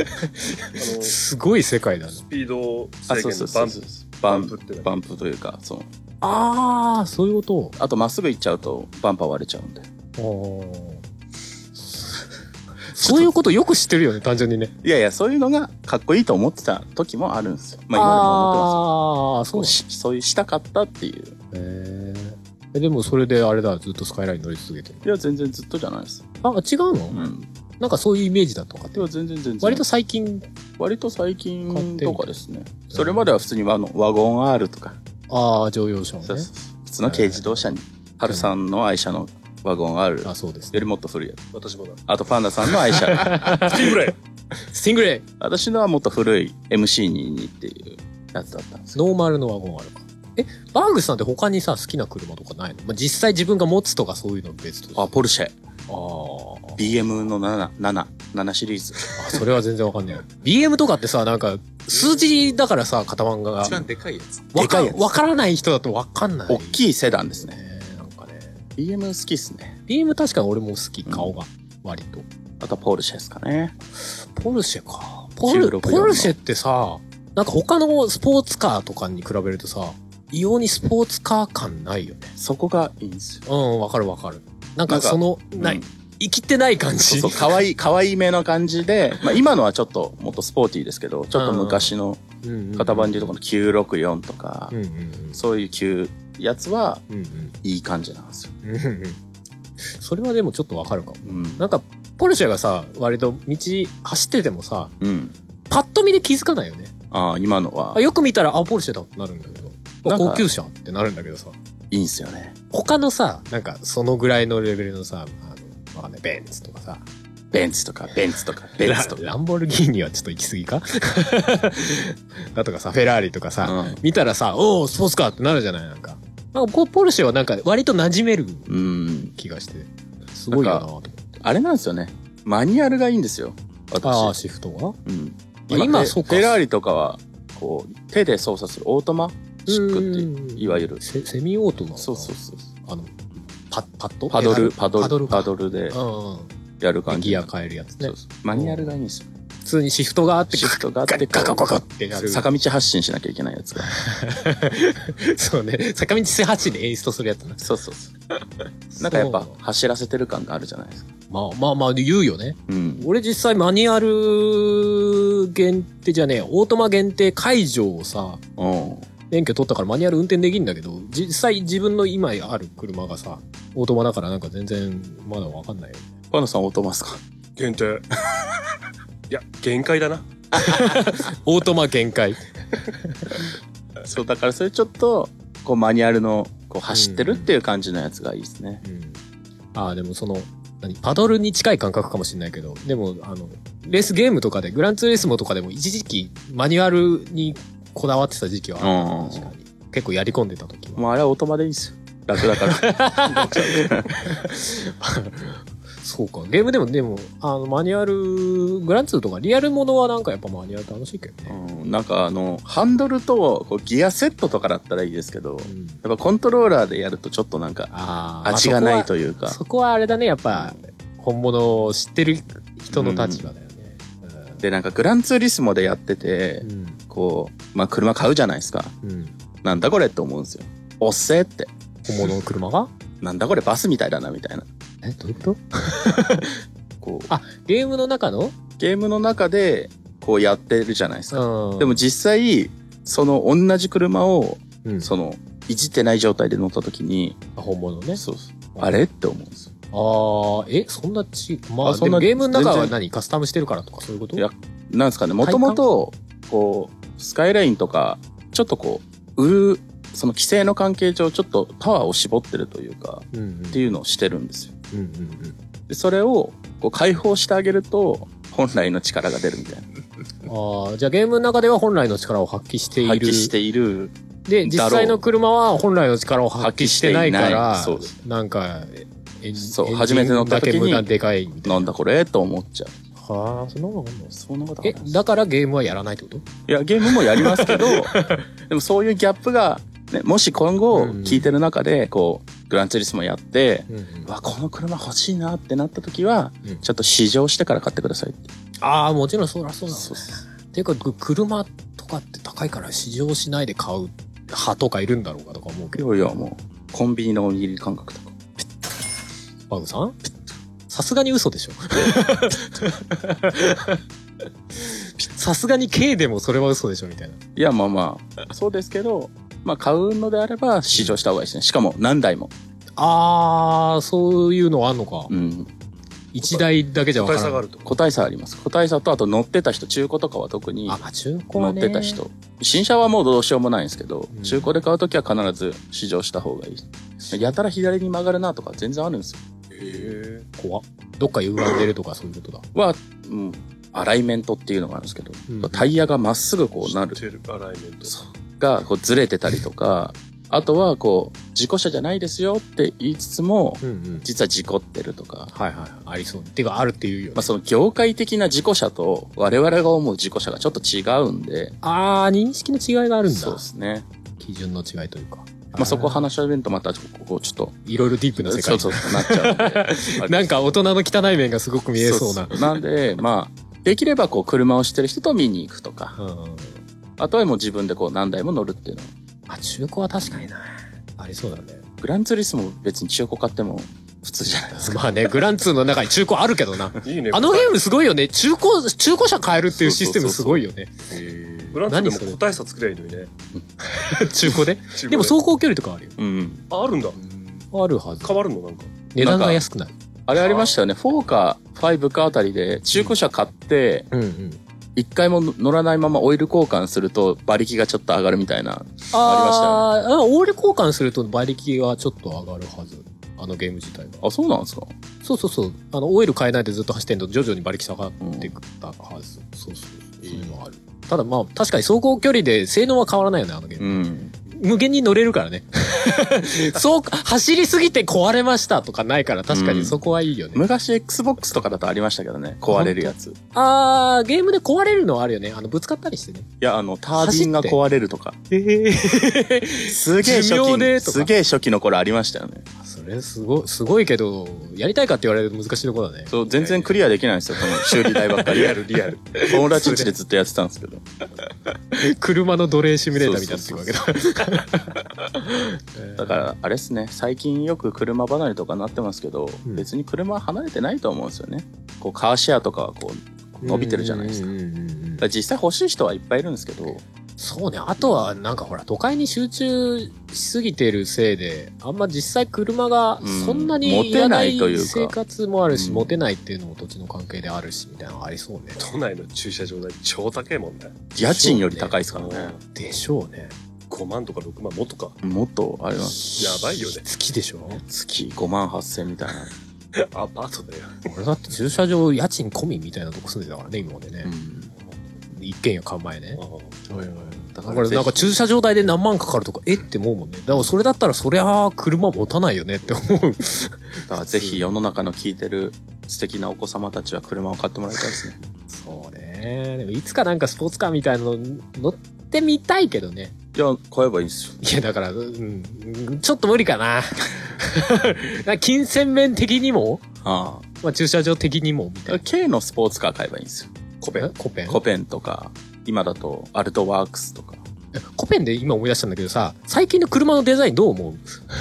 B: ス
A: すごい世界だね。
B: ピード
C: あ、
B: 制
C: そう
B: 限
C: そう
B: の
C: そ
B: バ
C: う
B: ン
C: そう
B: プ。。
C: バ
B: バ
C: ン
B: ン
C: プ
B: プって
C: バンプというか、その、
A: あー、そういうこ
C: あとまっすぐ行っちゃうとバンパー割れちゃうんで。
A: と。あー。そういうことよく知ってるよね、単純にね。
C: いやいや、そういうのがかっこいいと思ってた時もあるんですよ。まあ今でも思
A: あー、
C: ってます。
A: そ
C: そううしそういうしたかったっていう。
A: へえ。でもそれであれだ、ずっとスカイライン乗り続けてる。
C: いや、全然ずっとじゃないです。
A: あ、違うの、
C: うん。
A: なんかそういうイメージだとかって
C: で。は全然全然。
A: 割と最近、
C: 割と最近とかですね。それまでは普通にあのワゴン R とか、
A: ああ、乗用車をね。
C: そうそう普通の軽自動車に、ハルさんの愛車のワゴン R よ
A: あ、そうです、ね。
C: りもっと古いやつ。
B: 私もだ。
C: あとパンダさんの愛車。
B: スピンぐらい。
A: スティングレイ
C: 私のはもっと古い MC22 っていうやつだったんですよ。
A: ノーマルのワゴンあるか。え、バーグスさんって他にさ、好きな車とかないの、まあ、実際自分が持つとかそういうの別として。
C: あ、ポルシェ。
A: あー
C: BM の7、7、7シリーズ。
A: あ、それは全然わかんない。BM とかってさ、なんか、数字だからさ、型番が。わ
E: 一番でかいやつ。
C: でか
A: か
C: いやつ
A: わからない人だとわかんない。
C: 大
A: い
C: きいセダンですね。
A: ね。なんかね。
C: BM 好きっすね。
A: BM 確かに俺も好き、顔が。割と。
C: あとはポルシェですかね。
A: ポルシェか。ポル、
C: 16
A: ポルシェってさ、なんか他のスポーツカーとかに比べるとさ、異様にスポーツカー感ないよね。
C: そこがいいんですよ。
A: うん、わかるわかる。なん
C: な
A: か
C: んか
A: その、ない、
C: うん
A: 生きてない感じ。
C: そう、かわいい、かわいめの感じで、まあ今のはちょっともっとスポーティーですけど、ちょっと昔の
A: うんうんうん
C: 型番でいうとこの964とか
A: うん、うんうん。
C: そういう旧やつは
A: うんうん
C: いい感じなんですよ。
A: うんうん。それはでもちょっとわかるかも。
C: うん。
A: なんか、ポルシェがさ、割と道走っててもさ、
C: うん。
A: パッと見で気づかないよね。
C: ああ、今のは
A: あよく見たら、あ、ポルシェだってなるんだけど。あ
C: なんか
A: 高級車ってなるんだけどさ。
C: いいんすよね。
A: 他のさ、なんかそのぐらいのレベルのさ、あの、わかんない、ベンツとかさ、
C: ベンツとか、ベンツとか、ベン
A: ラ
C: ツとか。
A: ランボルギーニはちょっと行き過ぎか だとかさ、フェラーリとかさ、
C: う
A: 見たらさ、おお、スポーツカーってなるじゃないなんか。なんかポポルシェはなんか割と馴染める
C: ん。うん。
A: 気がして、すごいよなと思って。
C: あれなんですよね。マニュアルがいいんですよ。
A: ああー、
C: 私。
A: シフトが
C: うん。
A: 今
C: フェ
A: そうか
C: フェラーリとかは、こう、手で操作するオートマシックっていう。いわゆる
A: セセミオートの。
C: そうそうそう。
A: あの、パパッド
C: パドル、
A: ペ
C: パドル、
A: パ
C: パ
A: ド
C: ド
A: ル
C: ル
A: か
C: で
A: うんうん。
C: やる感じ。
A: ギア変えるやつね
C: そう。そうマニュアルがいいんですよ。
A: 普通にシフトがあって、
C: シフトがあって、
A: ガガガガ
C: こ
A: ってな
C: う
A: る。
C: 坂道発進しなきゃいけないやつが。
A: そうね。坂道制8で演出するやつな。
C: そうそうそう。なんかやっぱ
A: そう
C: 走らせてる感があるじゃないですか。
A: まあまあまあ言うよね。
C: うん。
A: 俺実際マニュアル限定じゃねえ、オートマ限定解除をさ、
C: うん。
A: 免許取ったからマニュアル運転できんだけど、実際自分の今ある車がさ、オートマだからなんか全然まだわかんないよ。
C: パンダさんオートマっすか
B: 限定。いや、限界だな。
A: オートマ限界。
C: そう、だからそれちょっと、こうマニュアルの、こう走ってるっていう感じのやつがいいですね。
A: うん、ああ、でもその、何パドルに近い感覚かもしれないけど、でも、あの、レースゲームとかで、グランツーレスモとかでも一時期マニュアルにこだわってた時期はあった
C: う
A: 確
C: ん
A: かに。結構やり込んでた時は。
C: もうあれはオートマでいいんですよ。楽だから。
A: そうか。ゲームでも、でも、あの、マニュアル、グランツーとかリアルものはなんかやっぱマニュアル楽しいけどね。
C: うん、なんかあの、ハンドルとこうギアセットとかだったらいいですけど、
A: うん、
C: やっぱコントローラーでやるとちょっとなんか、
A: あー
C: 味がないと
A: まあ
C: い
A: そ
C: う
A: こは
C: か。
A: そこはあれだね、やっぱ、本物を知ってる人の立場だよね。
C: で、なんかグランツーリスモでやってて
A: う、ん。
C: こう、まあ車買うじゃないですか。
A: うん。うん
C: なんだこれって思うんですよ。おっせーって。
A: 本物の車が
C: なんだこれバスみたいだなみたいな。
A: え、どういうこと
C: こう、
A: あゲームの中の
C: ゲームの中でこうやってるじゃないですか。
A: うん。
C: でも、実際、その同じ車を、
A: うん、
C: その、いじってない状態で乗った時に、
A: 本物ね。
C: そうそうあれって思うんですよ。
A: ああ、え、そんなち、まあ、
C: あそ
A: で
C: ん
A: も
C: な
A: ゲームの中は
C: 全然
A: 何カスタムしてるからとかそういうこと
C: いやなんですかね、もともと、こう、スカイラインとか、ちょっとこう、売る、その規制の関係上、ちょっとパワーを絞ってるというか、
A: うんうん。
C: っていうのをしてるんですよ。
A: うんうん
C: でそれを、こう、解放してあげると、本来の力が出るみたいな。
A: うん。ああ、じゃあゲームの中では本来の力を発揮している。
C: 発揮している。
A: で、実際の車は本来の力を発揮してないか
C: 発揮
A: ら
C: していないそうです、
A: なんか、エン
C: そう
A: エンジン
C: 初めて乗った時
A: だ
C: に
A: け無駄でかいみたい
C: なんだこれと思っちゃう。
A: な。はあ、そんなもんあんの
C: そんなことあ
A: え
C: る、
A: だからゲームはやらないってこと
C: いや、ゲームもやります けど、でもそういうギャップが、ね、もし今後
A: うん
C: 聞いてる中で、こう、グランツーリスモやって、
A: うん
C: うわ、この車欲しいなってなった時は、
A: うん
C: ちょっと試乗してから買ってくださいって。
A: ああ、もちろんそりゃそうだ、ね。
C: そうそうそう
A: ていうか、ぐ車とかって高いから試乗しないで買う派とかいるんだろうかとか思うけど。
C: いやいや、もう、コンビニのおにぎり感覚とか。
A: バグさんさすがに嘘でしょ。 さすがに K でもそれは嘘でしょみたいな。
C: いや、まあまあ、そうですけど、まあ買うのであれば試乗した方がいいですね。しかも何台も。
A: あー、そういうのあんのか
C: う。ん。
A: 一台だけじゃわ
B: 個
A: からな
B: 体差
A: い
B: があ。ると。
C: 個体差あります。個体差と、あと乗ってた人、中古とかは特に。
A: あ、まあ中古
C: 乗
A: は
C: っ
A: ね。
C: てた。人、新車はもうどうしようもないんですけど、
A: うん
C: 中古で買うときは必ず試乗した方がいいやたら左に曲がるなとか全然あるんですよ
B: へ
A: 怖っどっか歪んでるとかそういうことだ。
C: は、うん、アライメントっていうのがあるんですけど、
A: うん
C: タイヤがまっすぐこうなる
B: 知ってるアライメント。
C: がこうずれてたりとかあとはこう事故車じゃないですよって言いつつも
A: うんうん。
C: 実は事故ってるとか、
A: はいはい。ありそう。てか、あるっていうよね
C: まあ、。その業界的な事故車と我々が思う事故車がちょっと違うんで
A: あー、認識の違いがあるん
C: そう
A: だ
C: で。すね、
A: 基準の違いというか。
C: まあ、そこ話し合えるとまたここちょっと
A: いろいろディープな世界
C: そうそうそうなっちゃうんであれですけど
A: なんか大人の汚い面がすごく見えそうな。
C: そうそうなんで、まあ、できればこう、車をしてる人と見に行くとか、
A: うんうん。
C: あとはもう自分でこう、何台も乗るっていうの。
A: あ、中古は確かにな。ありそうだね。
C: グランツーリスも別に中古買っても普通じゃないですか。
A: まあね、グランツーの中に中古あるけど な。
B: いいね。
A: あのゲームすごいよね。中古、中古車買えるっていうシステムすごいよね。
B: ブランチでも個体差作りゃいいのにね。
A: 中古で。でも
B: う。
A: 走行距離とかある
C: うん。
B: ああるんだ。
A: よ。あるはず。
B: 変わるのなんか。
A: 値段が安くなる。
C: あれありましたよね。4か5かあたりで中古車買って、
A: うんうん。
C: 1回も乗らないままオイル交換すると馬力がちょっと上がるみたいな。あ
A: ああー、うんオール交換すると馬力がちょっと上がるはず。あのゲーム自体が。
C: あ、そうなんですか
A: そうそうそう。あの、オイル変えないでずっと走ってんと徐々に馬力下がってくったはず。そうそう。そういうのはある。ただまあ、確かに走行距離で性能は変わらないよね、あのゲーム。
C: うん。
A: 無限に乗れるからね。 そう、走りすぎて壊れましたとかないから確かにそこはいいよね。
C: 昔 Xbox とかだとありましたけどね。壊れるやつ。い
A: あー、ゲームで壊れるのはあるよね。あの、ぶつかったりしてね。
C: や、あの、タービンが壊れるとか。すげえ初
A: 寿命
C: 期
A: で
C: に、
A: とか
C: すげえ初期の頃ありましたよね。
A: それすごい、すごいけど、やりたいかって言われると難しいとこだね。
C: そう、全然クリアできないんですよ、この修理代ばっかり。
B: リアル、リアル。
C: 友達んちでずっとやってたんですけど。
A: 車の奴隷シミュレーターみたいになってるわけだ。
C: だから、あれっすね、最近よく車離れとかなってますけど、
A: うん
C: 別に車は離れてないと思うんですよね。こう、カーシェアとかはこう、伸びてるじゃないですか。
A: うんうんうんうん
C: だから実際欲しい人はいっぱいいるんですけど、
A: そうね。あとは、なんかほら、都会に集中しすぎてるせいで、あんま実際車が
C: うん
A: そんな
C: 持
A: に
C: て
A: いらな
C: ない
A: い
C: というか
A: 生活もあるし、
C: うん
A: 持てないっていうのも土地の関係であるし、みたいなのありそうね。
B: 都内の駐車場代超高いもんね。
C: 家賃より高いですからね。
A: でしょうね。
B: 5万とか6万もっとか。
C: もっと、あれは、
B: やばいよね。
A: 好きでしょ
C: 月5万8千みたいな。
B: アパートだよ。
A: 俺だって駐車場家賃込みみたいなとこ住んでたからね、今までね
C: う。ん。
A: 一軒家買う前ね。
E: おいおい
A: だ
C: だ
A: からなんか駐車場代で何万かかるとか、えって思うもんね。だからそれだったらそりゃあ車持たないよねって思う。
C: だからぜひ世の中の聞いてる素敵なお子様たちは車を買ってもらいたいですね。
A: そうね。でもいつかなんかスポーツカーみたいなの乗ってみたいけどね。
C: いや、買えばいいですよ。
A: いやだから、うん、うんちょっと無理かな。金銭面的にも、
C: あ
A: まあ、駐車場的にも、みたいな。
C: あ。K のスポーツカー買えばいいんですよ。
A: コペンコペン
C: コペンとか、今だとアルトワークスとか。
A: コペンで今思い出したんだけどさ、最近の車のデザインどう思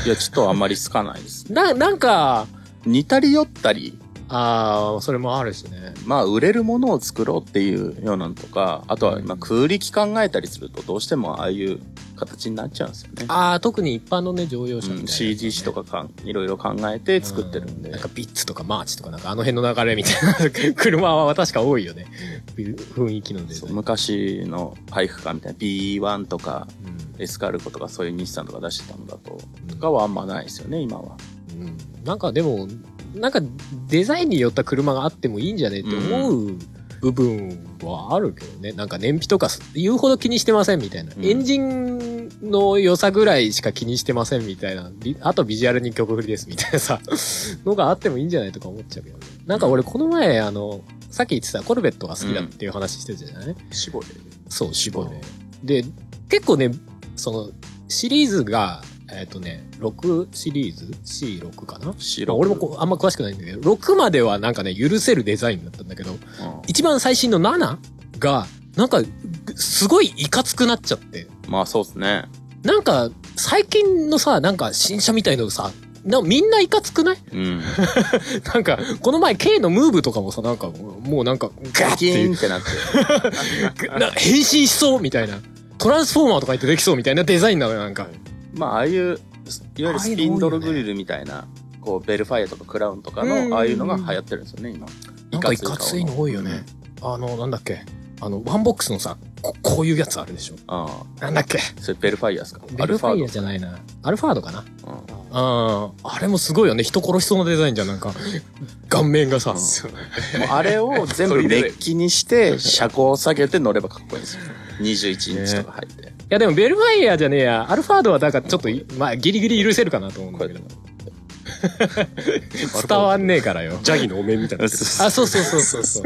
C: いや、ちょっとあんまり好かないです
A: う
C: ね。
A: な、なんか、
C: 似たり寄ったり、
A: あー、それもあるしね。
C: まあ、売れるものを作ろうっていうようなのとか、あとは、まあ、空力考えたりすると、どうしてもああいう形になっちゃうんですよね。
A: あー、特に一般のね、乗用車みたいな、
C: うん、CG 誌とかかんいろいろ考えて作ってるんで
A: う。なんかビッツとかマーチとかなんかあの辺の流れみたいな 車は確か多いよね。雰囲気のデ
C: そ
A: ザ
C: う
A: イン。う
C: 昔の体育館みたいな B1 とか
A: ん
C: エスカルゴとかそういう日産とか出してたのだと、とかはあんまないですよね、今は。
A: うんなんかでも、なんかデザインによった車があってもいいんじゃねって思う部分はあるけどね。なんか燃費とかす言うほど気にしてませんみたいな。
C: うん
A: エンジンの良さぐらいしか気にしてませんみたいな。ビあとビジュアルに曲振りですみたいなさ、のがあってもいいんじゃないとか思っちゃうけどね。なんか俺この前、あの、さっき言ってたコルベットが好きだっていう話してたじゃない、
C: 絞れる。
A: そう、シボレー。で、結構ね、その、シリーズが、えっ、とね、6シリーズ ?C6 かなま
C: 白
A: あ俺もこうあんま詳しくないんだけど、6まではなんかね、許せるデザインだったんだけど、
C: うん
A: 一番最新の7が、なんか、すごいいかつくなっちゃって。
C: まあそうですね。
A: なんか、最近のさ、なんか新車みたいのさ、なみんないかつくない
C: うん。
A: なんか、この前 K のムーブとかもさ、なんか、もうなんか、ガッて
C: ガキ
A: いう
C: ーンってなって。
A: な変身しそうみたいな。トランスフォーマーとか言ってできそうみたいなデザインなのよ、なんか。
C: まあああいう、いわゆるスピンドルグリルみたいな、こうベルファイアとかクラウンとか
A: うんうんうん
C: のああいうのが流行ってるんですよね、今。
A: なんかいかついの多いよね。あの、なんだっけ。あの、ワンボックスのさ、ここういうやつあるでしょ。
C: 顔の。うん。
A: なんだっけ。
C: それベルファイアですか
A: ベルフ
C: ア
A: ァイ
C: ルフ
A: ア
C: ァ
A: じゃないな。アルファードかな。
C: ード。うん
A: うん。あれもすごいよね。人殺しそうなデザインじゃん、なんか。顔面がさ。
C: もうあれを全部メッキにして、車高を下げて乗ればかっこいいんですよ。21インチとか入って。
A: いや、でもベルファイアじゃねえや。アルファードはだからちょっとい、まあ、ギリギリ許せるかなと思うんだけど。伝わんねえからよ。
B: ジャギのお面みたいな。
A: あ、そうそうそう そうそう。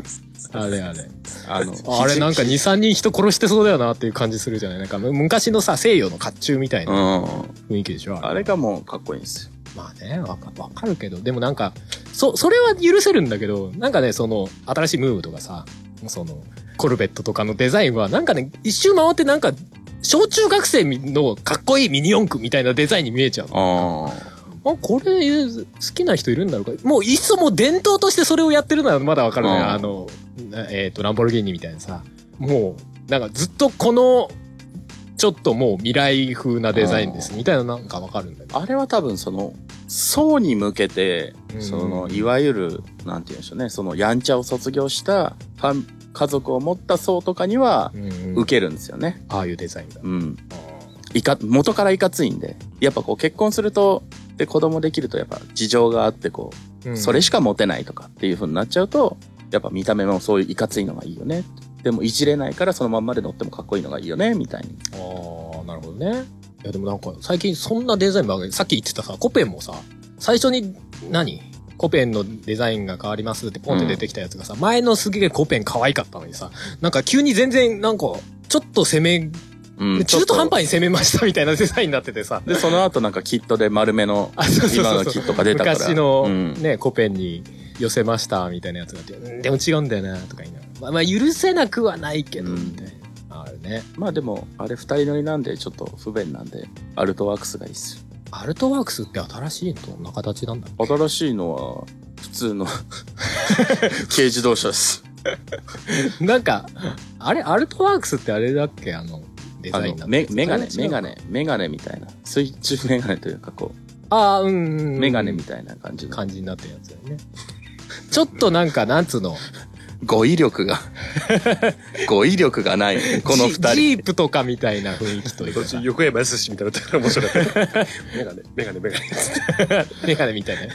A: あれあれ。
C: あの、
A: あれなんか2、3人人殺してそうだよなっていう感じするじゃないなんかむ昔のさ、西洋の甲冑みたいな
C: うん。
A: 雰囲気でしょあ
C: あ
A: れ
C: れがもうかっこいいんですよ。
A: まあね、わかわかるけど、でもなんか、そ、それは許せるんだけど、なんかね、その、新しいムーブとかさ、その、コルベットとかのデザインは、なんかね、一周回ってなんか、小中学生のかっこいいミニ四駆みたいなデザインに見えちゃうの。
C: あ
A: あ、これ、好きな人いるんだろうか。もう、いっそもう伝統としてそれをやってるのはまだわかるね。
C: うん
A: あの、なえっ、と、ランボルギーニみたいなさ。もう、なんかずっとこの、ちょっともう未来風なデザインです。みたいななんかわかるんだけど。
C: あ。あれは多分その、層に向けて
A: う、ん
C: その、いわゆる、なんて言うんでしょうね、その、やんちゃを卒業した、ファン、家族を持った層とかには、
A: うん
C: 受けるんですよね。
A: ああいうデザインだ。
C: うん。いか、元からいかついんで。やっぱこう、結婚すると、で、子供できると、やっぱ事情があって、こう、
A: うん
C: それしか持てないとかっていう風になっちゃうと、やっぱ見た目もそういういかついのがいいよね。でもいじれないからそのまんまで乗ってもかっこいいのがいいよね、みたいに。
A: ああ、なるほどね。いや、でもなんか、最近そんなデザインばっかり、さっき言ってたさ、コペンもさ、最初に何、コペンのデザインが変わりますってポンって出てきたやつがさ、前のすげえコペン可愛かったのにさ、なんか急に全然、なんか、ちょっと攻め、
C: うん。
A: 中途半
C: ちょっ
A: 端に攻めましたみたいなデザインになっててさ
C: と。、で、その後なんかキットで丸めの、
A: あ、そうそう
C: 今
A: そ
C: の
A: う
C: キ
A: そう。
C: ットが出たから。
A: 昔の
C: うん
A: ね、コペンに寄せましたみたいなやつがあって、うんでも違うんだよな、とか言いながら。まあ、まあ、許せなくはないけど、
C: うん
A: みたいな。あるね。
C: まあでも、あれ二人乗りなんでちょっと不便なんで、アルトワークスがいいっす。
A: アルトワークスって新しいのどんな形なんだろう
C: 新しいのは、普通の 軽自動車です。
A: なんか、あれ、アルトワークスってあれだっけあの、デ
C: あ
A: ザイン
C: の
A: だ
C: メメガネメガネメガネみたいな水中メガネというかこ
A: ああーうんうんう
C: うんメガネみたいな感じの
A: 感じになってるやつだよねちょっとなんかなんつうの
C: 語彙力が 語彙力がないこの
A: ジ
C: 二
A: ジ
C: 人
A: ープとかみたいな雰囲気という
B: こっ
A: かさ
B: ち横山やすしみたいなのだったら面白か ったメガネメガネメガネ
A: メガネみたいなや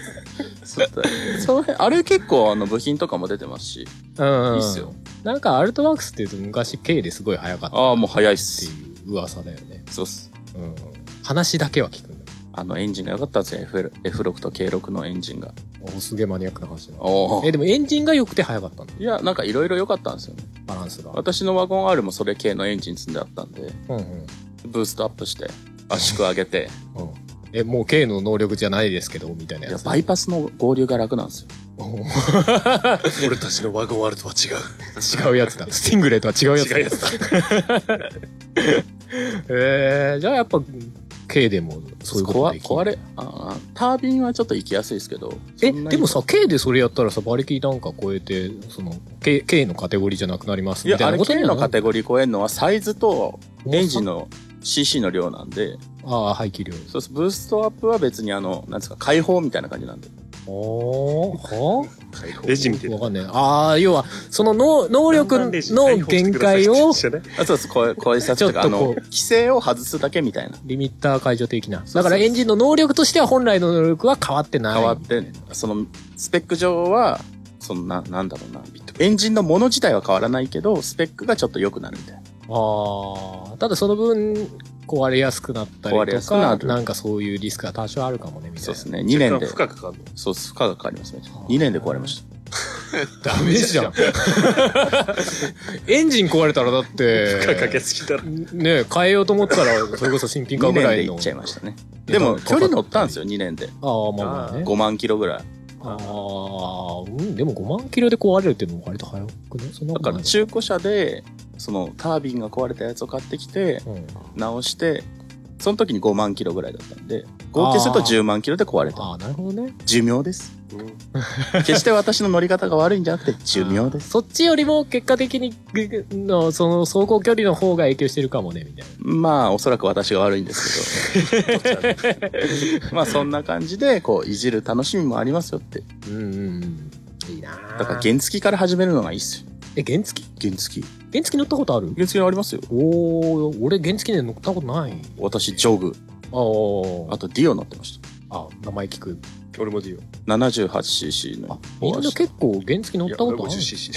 A: つ
C: そうだねその辺あれ結構あの部品とかも出てますし
A: うんうん、
C: いいっすよ
A: なんかアルトワークスっていうと昔経理すごい早かったっ
C: ああもう早いってす
A: いう噂だよね
C: そうっす
A: うん話だけは聞くんだ
C: あのエンジンが良かったんですよ FL F6 と K6 のエンジンが
A: おすげえマニアックな話だ
C: おお
A: えでもエンジンが良くて早かったんだ
C: いやなんかいろいろ良かったんですよね
A: バランスが
C: 私のワゴン R もそれ系のエンジン積んであったんで
A: うんうん
C: ブーストアップして圧縮上 げて
A: うんえ、もう K の能力じゃないですけど、みたいない
C: や
A: やつ。
C: バイパスの合流が楽なんですよ
B: 俺たちのワゴン R とは違う
A: 違うやつだ。スティングレーとは違うやつだ。
B: 違うやつだ
A: えー、じゃあやっぱ、K でもそういうことできる
C: 壊れあータービンはちょっと行きやすいですけど
A: え、
C: そんなに
A: でもさ、K でそれやったらさ、馬力なんか超えて、その、K, K のカテゴリーじゃなくなります
C: い
A: み
C: や
A: た
C: あ
A: いな
C: れ
A: ことに
C: K
A: は
C: の
A: な
C: カ
A: る
C: テゴリー超えるのはサイズとエンジンの CC の量なんで
A: ああ、排気量。
C: そうそうブーストアップは別にあのなんですか開放みたいな感じなんで
A: おー、は
B: レジみたい
A: わ
B: な
A: かんない。ああ、要は、その能能力の限界を、
C: あそうそう超え超えさせ
A: ちょ
C: て
A: っと
C: あ
A: こ
C: の
A: う
C: 規制を外すだけみたいな
A: リミッター解除的な。だからエンジンの能力としては本来の能力は変わってない。
C: 変わってそのスペック上はそのななんだろうなエンジンのもの自体は変わらないけどスペックがちょっと良くなるみたいな
A: ああ、ただその分、壊れやすくなったり
C: 壊れ
A: と
C: やすく
A: か、
C: な
A: な
C: る
A: んかそういうリスクが多少あるかもね、みたいな。
C: そうですね
B: 2
C: 2
B: 年
C: 年
B: で
C: で
B: 負荷かかんの
C: そうです負荷がかかりますね2年で壊れました
A: ダメじゃん。エンジン壊れたらだっ
B: 負荷かけ
A: て、
B: すぎたら
A: ねえ変えようと思ったら、それこそ新品
C: 2
A: 化ぐ
C: 年
A: ら
C: で
A: い
C: 行
A: の。
C: っちゃいましたね
A: い
C: で
A: や
C: も
A: かか
C: 距離乗ったんですよ2年で
A: ああ、まあまあね。
C: 5万キロぐらい
A: ああ、うん、でも5万キロで壊れるっていうのも割と早くね。そんな
C: だ
A: こ
C: か
A: とない。
C: ら中古車でそのタービンが壊れたやつを買ってきて
A: うん、
C: 直してその時に5万キロぐらいだったんで合計すると
A: あー
C: 10万キロで壊れた
A: ああ、なるほどね。
C: 寿命です決して私の乗り方が悪いんじゃなくて寿命です
A: そっちよりも結果的に、ぐぐの、その、走行距離の方が影響してるかもね、みたいな。
C: まあおそらく私が悪いんですけど まあそんな感じでこういじる楽しみもありますよって
A: うんうんうん。いいな
C: だから
A: 原、
C: 原付から始めるのがいいっすよ
A: え、原付き
C: 原付
A: 原付き乗ったことある
C: 原付ありますよ
A: おー、俺原付きで乗ったことない。
C: 私ジョグ
A: あ
C: あとディオ乗ってました
A: あ、あ、名前聞く。
B: 俺も D よ
C: 78cc の
A: みんな結構原付乗っ
B: いや
A: たこ
B: 俺
A: と
B: も
A: ある
B: 10cc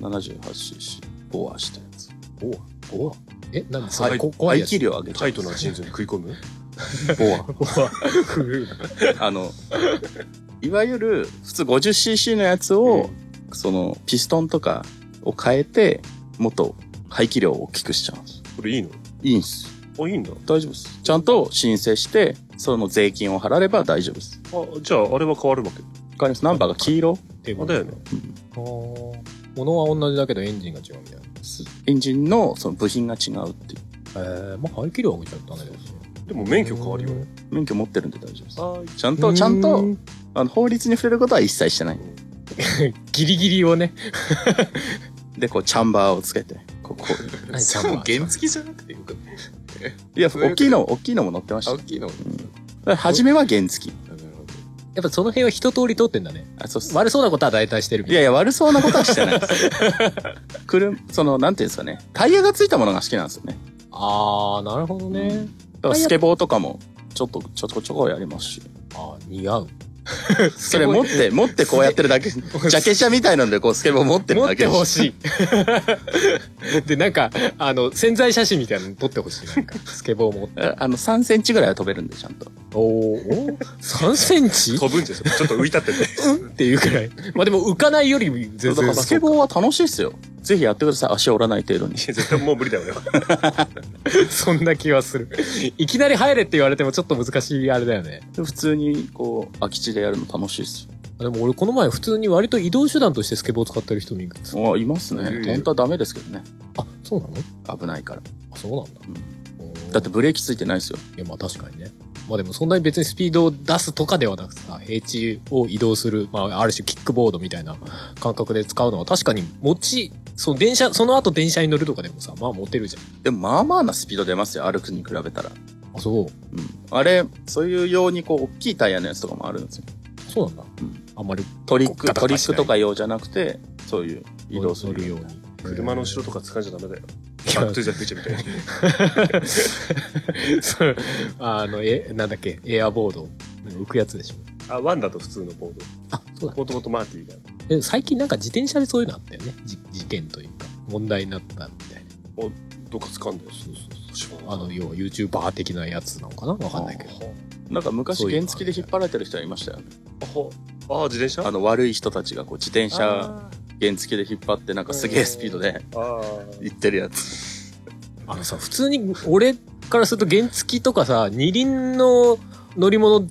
C: 78cc ボアしたやつ
A: おえ、なんでそ
B: はい
A: れこ怖い
C: 排
A: やつ
C: 気量上げちゃ
B: タ
C: う
B: イトなジーンズに食い込む
C: ボアあのいわゆる普通 50cc のやつを、そのピストンとかを変えてもっと排気量を大きくしちゃうんです
B: これいいの
C: いいんです
B: あいいんだ
C: 大丈夫ですちゃんと申請してその税金を払えば大丈夫です
B: あじゃああれは変わるわけ
C: わかりますナンバーが黄色
A: っていう
B: あ
A: こと
B: だよね
A: あー物は同じだけどエンジンが違うみたいな。
C: エンジンのその部品が違うっていう
A: えー、まあ排気量上げちゃったんだけど。
B: でも免許変わるよね
C: 免許持ってるんで大丈夫です
B: あ
C: ちゃんとちゃん
A: う
C: と
A: ー
C: あの法律に触れることは一切してない
A: ギリギリをね。
C: でこうチャンバーをつけてこうこ
A: 何
E: それも原付じゃなくてよくないう
C: いや大きいの大きいのも乗ってました
E: 青
C: だか
E: 木の。
C: ら初めは原付
E: なるほど。
A: やっぱその辺は一通り通ってんだね。
C: あそうっす
A: 悪そうなことは大体してるみた
C: い
A: い
C: やいや悪そうなことはしてないです車そのなんていうんですかねタイヤがついたものが好きなんですよね
A: な。あー、なるほどね。
C: だからスケボーとかもちょっとちょこちょこやりますし
A: あー、似合 う。
C: それ持って持ってこうやってるだけジャケ写みたいなんでこうスケボー持ってる
A: 持っ
C: だけ
A: て
C: で
A: ほ
C: す
A: しい。 で、なんか、あの、潜在写真みたいなの撮ってほしい。なんか、スケボー持って。
C: あの3センチぐらいは飛べるんでちゃんと
A: おお3センチ
B: 飛ぶんですよちょっと浮いたってね
A: っていうくらい。まあでも浮かないより全
C: だか
A: 然
C: らスケ
A: スケボ
C: ボーは楽しいっすよぜひやってください足折らない程度に
B: 絶対もう無理だよ俺は
A: ーそんな気はする。いきなり入れって言われてもちょっと難しいあれだよね。
C: 普通にこう空き地でやるの楽しいっす
A: でも俺この前普通に割と移動手段としてスケボー使ってる人見る。
C: よあいますね
B: うん
C: 本当はダメですけどね
A: あ、そうなの
C: 危ないから
A: あ、そうなんだ。おー
C: だって、ブレーキついてないですよ
A: いやまあ確かにね。まあでもそんなに別にスピードを出すとかではなくてさ、平地を移動する、まあある種キックボードみたいな感覚で使うのは確かに持ちその電車、その後電車に乗るとかでもさ、まあモテるじゃ
C: でもまあまあなスピード出ますよ、歩くに比べたら。
A: ん。あ、そう。
C: うん。あれ、そういう用にこう、大きいタイヤのやつとかもあるんですよ。
A: そうなんだ。
C: うん
A: あんまり
C: トリッ
A: こうガ
C: ク、
A: タ
C: ト
A: ガ
C: リ
A: タし
C: ッ
A: な
C: ク
A: い
C: とか用じゃなくて、そういう移動す
A: 乗る
C: る
A: よ
C: よ
A: う
C: うな。
A: に。
B: 車の後ろとか掴んじゃダメだよ。バックトゥザフューチャーみたい に。
A: そうあの、え、なんだっけ、エアボード。浮くやつでしょ。
B: あ、ワンだと普通のボー
A: あ、そう
B: ド。もともとマーティーが。
A: だ。え最近なんか自転車でそういうのあったよね。じ事件というか、問題になったみたいな。
B: どっか掴んだよ。そうそう
A: あの、要は YouTuber 的なやつなのかなわかんないけど。
C: なんか
A: そ
C: 昔
A: ういう
C: 原
A: の
C: 付で引っ張られてる人いましたよね。
B: ああ、自転車
C: あの悪い人たちがこう自転車
B: あ
C: 原付で引っ張ってなんかすげえスピードで
B: ーあー。
C: 行ってるやつ。
A: あのさ、普通に俺からすると原付とかさ、二輪の乗り物っ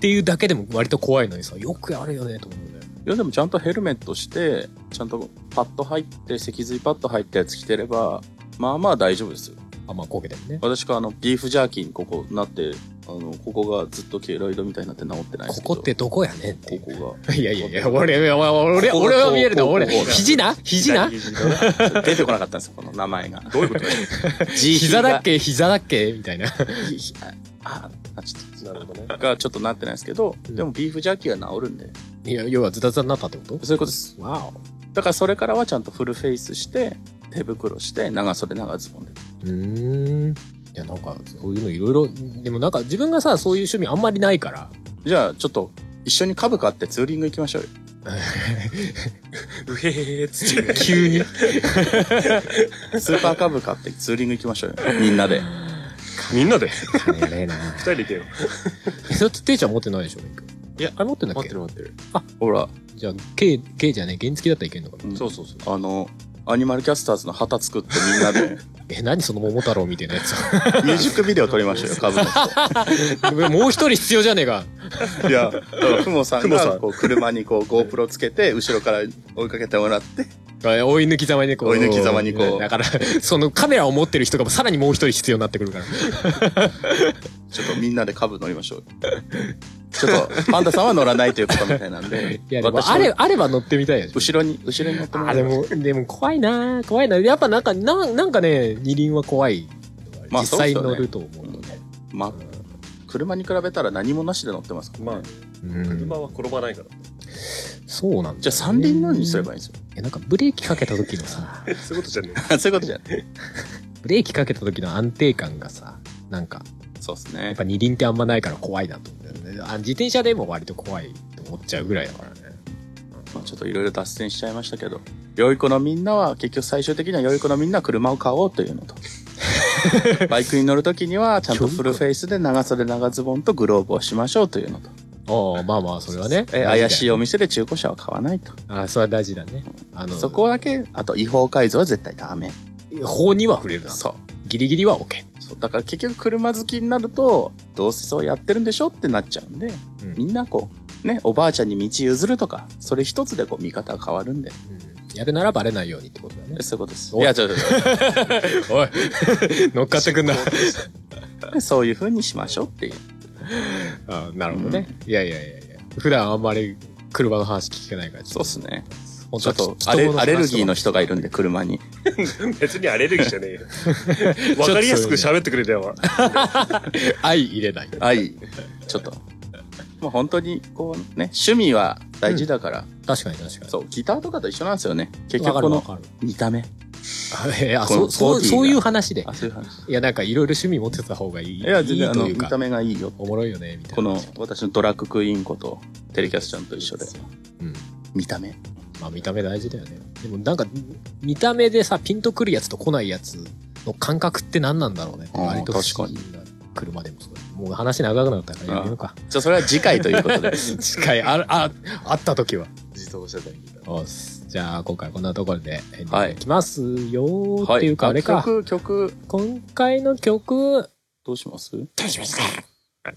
A: ていうだけでも割と怖いのにさ、よくやるよねと思うんだよ。
C: いやでもちゃんとヘルメットして、ちゃんとパッド入って、脊髄パッド入ったやつ着てれば、まあまあ大丈夫ですよ。
A: あ、まあ焦げてもね。
C: 私があの、ビーフジャーキーにここなって、あの、ここがずっとケロイドみたいになって治ってないんで
A: こ
C: すけ
A: こ
C: ど。
A: ってどこやねんってい
C: こ
A: う。
C: こ
A: いやいやいや、俺、俺、俺、
C: ここが
A: 俺は見えるな、
C: こう
A: 俺。
C: こうこう
A: 肘な肘な
C: が。 出てこなかったんですよ、この名前が。どういうこと
A: 膝だっけ膝だっけみたいな。
C: あ、あちょっ
B: なるほどね。
C: と、がちょっとなってないですけど、
A: うん
C: でもビーフジャーキーは治るんで。
A: いや、要はズタズタになったってこ
C: そういうことです。
A: とわ
C: だからそれからはちゃんとフルフェイスして、手袋して、長袖長ズボンで。
A: お。うーん。いや、なんか、そういうのいろいろ、でもなんか自分がさ、そういう趣味あんまりないから。
C: じゃあ、ちょっと、一緒に株買ってツーリング行きま しょうよ。
B: うへへへっつって。
A: 急 に。
C: スーパー株買ってツーリング行きましょうよ。みんなで。
B: みんなで。
A: 金ねえな。
B: 二人で行けよ。
A: それってテイちゃん持ってないでしょいや、あれ持ってんだっ
E: 待っ
A: け
E: てる待ってる。
C: ほら、
A: じゃあ、K、K じゃねえ、原付だったらいけんのかな
C: そうそうそう。あの、アニマルキャスターズの旗作ってみんな で、
A: え、何その桃太郎みたいなやつ。
C: ミュージックビデオ撮りましたよ、株
A: もう一人必要じゃねえか。
C: の。いや、だからクモさん
B: クモさ
C: が
B: ん
C: こう車にこう GoPro つけて、後ろから追いかけてもらって、
A: 追い抜きざまにこう。
C: 追い抜きざまにこう
A: だから、そのカメラを持ってる人がさらにもう一人必要になってくるから。
C: ちょっとみんなで株乗りましょ う。ちょっと、パンダさんは乗らないということみたいなんで、
A: いや、でも、
C: 私は
A: あれ、あれば乗ってみたいでしょ。
C: 後ろに、後ろに乗ってもら
A: あ、
C: い
A: で
C: ます
A: も、でも怖いな怖いなやっぱなんか、ななんかね、二輪は怖い。
C: まあ
A: 実際
C: そうですよね
A: 乗ると思うとね。
C: まあ、車に比べたら何もなしで乗ってますから、
B: まあ
C: ね。、
A: うん
B: 車は転ばないか
A: そうなんだよね。
C: じゃあ三輪のようにすれば
A: い
C: いいんですよ。
A: や、なんかブレーキかけた時のさ、
B: ら。そういうことじゃね
C: そういうことじゃない。
A: ブレーキかけた時の安定感がさ、なんか、
C: そうです
A: や
C: ね
A: っ。ぱ二輪ってあんまないから怖いなと思うんだよね。あ自転車でも割と怖いと思っちゃうぐらいだからね。
C: まあ、ちょっといろいろ脱線しちゃいましたけど、良い子のみんなは、結局最終的には良い子のみんなは車を買おうというのと。バイクに乗るときには、ちゃんとフルフェイスで長袖長ズボンとグローブをしましょうというのと。
A: ああ、まあまあ、それはね。
C: え怪しい
A: よ。
C: お店で中古車は買わないと。
A: ああ、それは大事だね。あの、
C: そこだけ、あと違法改造は絶対ダメ。
A: 法には触れるな。
C: そう。
A: ギリギリは OK。
C: そうだから結局車好きになると、どうせそうやってるんでしょってなっちゃうんで、
A: うん
C: みんなこう、ね、おばあちゃんに道譲るとか、それ一つでこう見方が変わるんで、
A: うんやるならバレないようにってことだね。
C: そういうことです。い
A: お
C: や、ちょっと
A: おい、乗っかってくんな。
C: そういう風にしましょうっていう。
A: あなるほどね。いやいやいやいや。普段あんまり車の話聞けないから、
C: そうっすね。
A: 本
C: ち
A: 当
C: ょ
A: は
C: っと
A: 人
C: アレ
A: の話
C: アレルギーの人がいるんで、車に。
B: 別にアレルギーじ ゃねえよ。わかりやすく喋ってくれたよ。
A: 愛入れない。
C: はい。ちょっと。まあ本当に、こうね、趣味は大事だから、
A: 確かに確かに。
C: そう、ギターとかと一緒なんですよね。結
A: わか
C: 局こ
A: るわ
C: の
A: かる。
C: 見た目。
A: あいや、あ
C: この
A: そう、そう、
C: ボディが
A: そういう話で
C: あ、。そういう話。
A: いや、なんかいろいろ趣味持ってた方がいい。
C: いや、全
A: い
C: 然
A: い
C: あ
A: と
C: の、
A: い
C: 見
A: うか
C: た、目がいいよ。
A: おもろいよね、みたいな。
C: この、私のドラッグクイーンこと、テレキャスちゃんと一緒で。
A: うん。
C: 見た目。
A: まあ見た目大事だよね。でもなんか、見た目でさ、ピンとくるやつと来ないやつの感覚って何なんだろうね。
C: あー
A: 割と不思議な車でもそうだもう話長くなったからやめようか。
C: じゃあそれは次回とい うことで。
A: 次回、あ、あ、あった時は。
E: 自動車台にいた。
A: おっすじゃあ、今回こんなところで、え
C: はい
A: いきますよー、っていうか、あれか。
C: 曲、曲、
A: 今回の曲、
C: どうします
F: どうしますか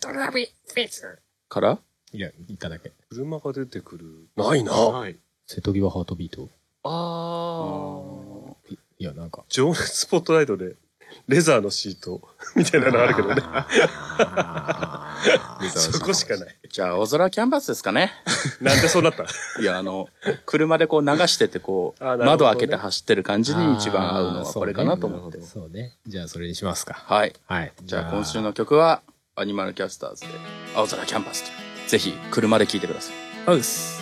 F: ドラビフェイス。
C: から
A: いや、いただけ。
B: 車が出てくる。ないな。
E: はい。
A: 瀬戸際ハートビート。
B: あ
C: あ
A: いや、なんか、
B: 情熱スポットライトでレザーのシートみたいなのあるけどね。
E: レザーのシート
B: そこしかない。
C: じゃあ、青空キャンバスですかね。
B: なんでそう なった
C: いや、あの、車でこう流してて、こう、
B: あなるほどね
C: 窓開けて走ってる感じに一番合うのはこれかなと思って。
A: そうね。じゃあそれにしますか。
C: はい。
A: はい。
C: じゃあ、今週の曲は、アニマルキャスターズで、青空キャンバスと。ぜひ、車で聴いてください。
A: ハウス。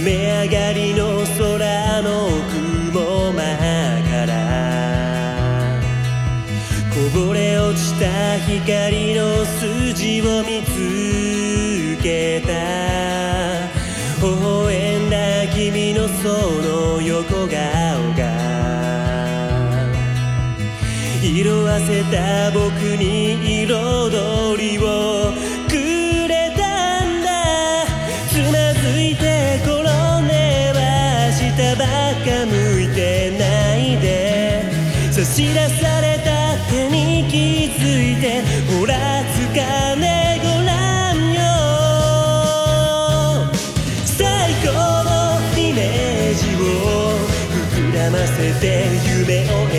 D: 雨上がりの空の雲間からこぼれ落ちた光の筋を見つけた微笑んだ君のその横顔が色あせた僕に彩りをくれたんだつまずいて転んでは下ばっか向いてないで差し出された手に気づいてほら掴んでごらんよ最高のイメージを膨らませて夢を描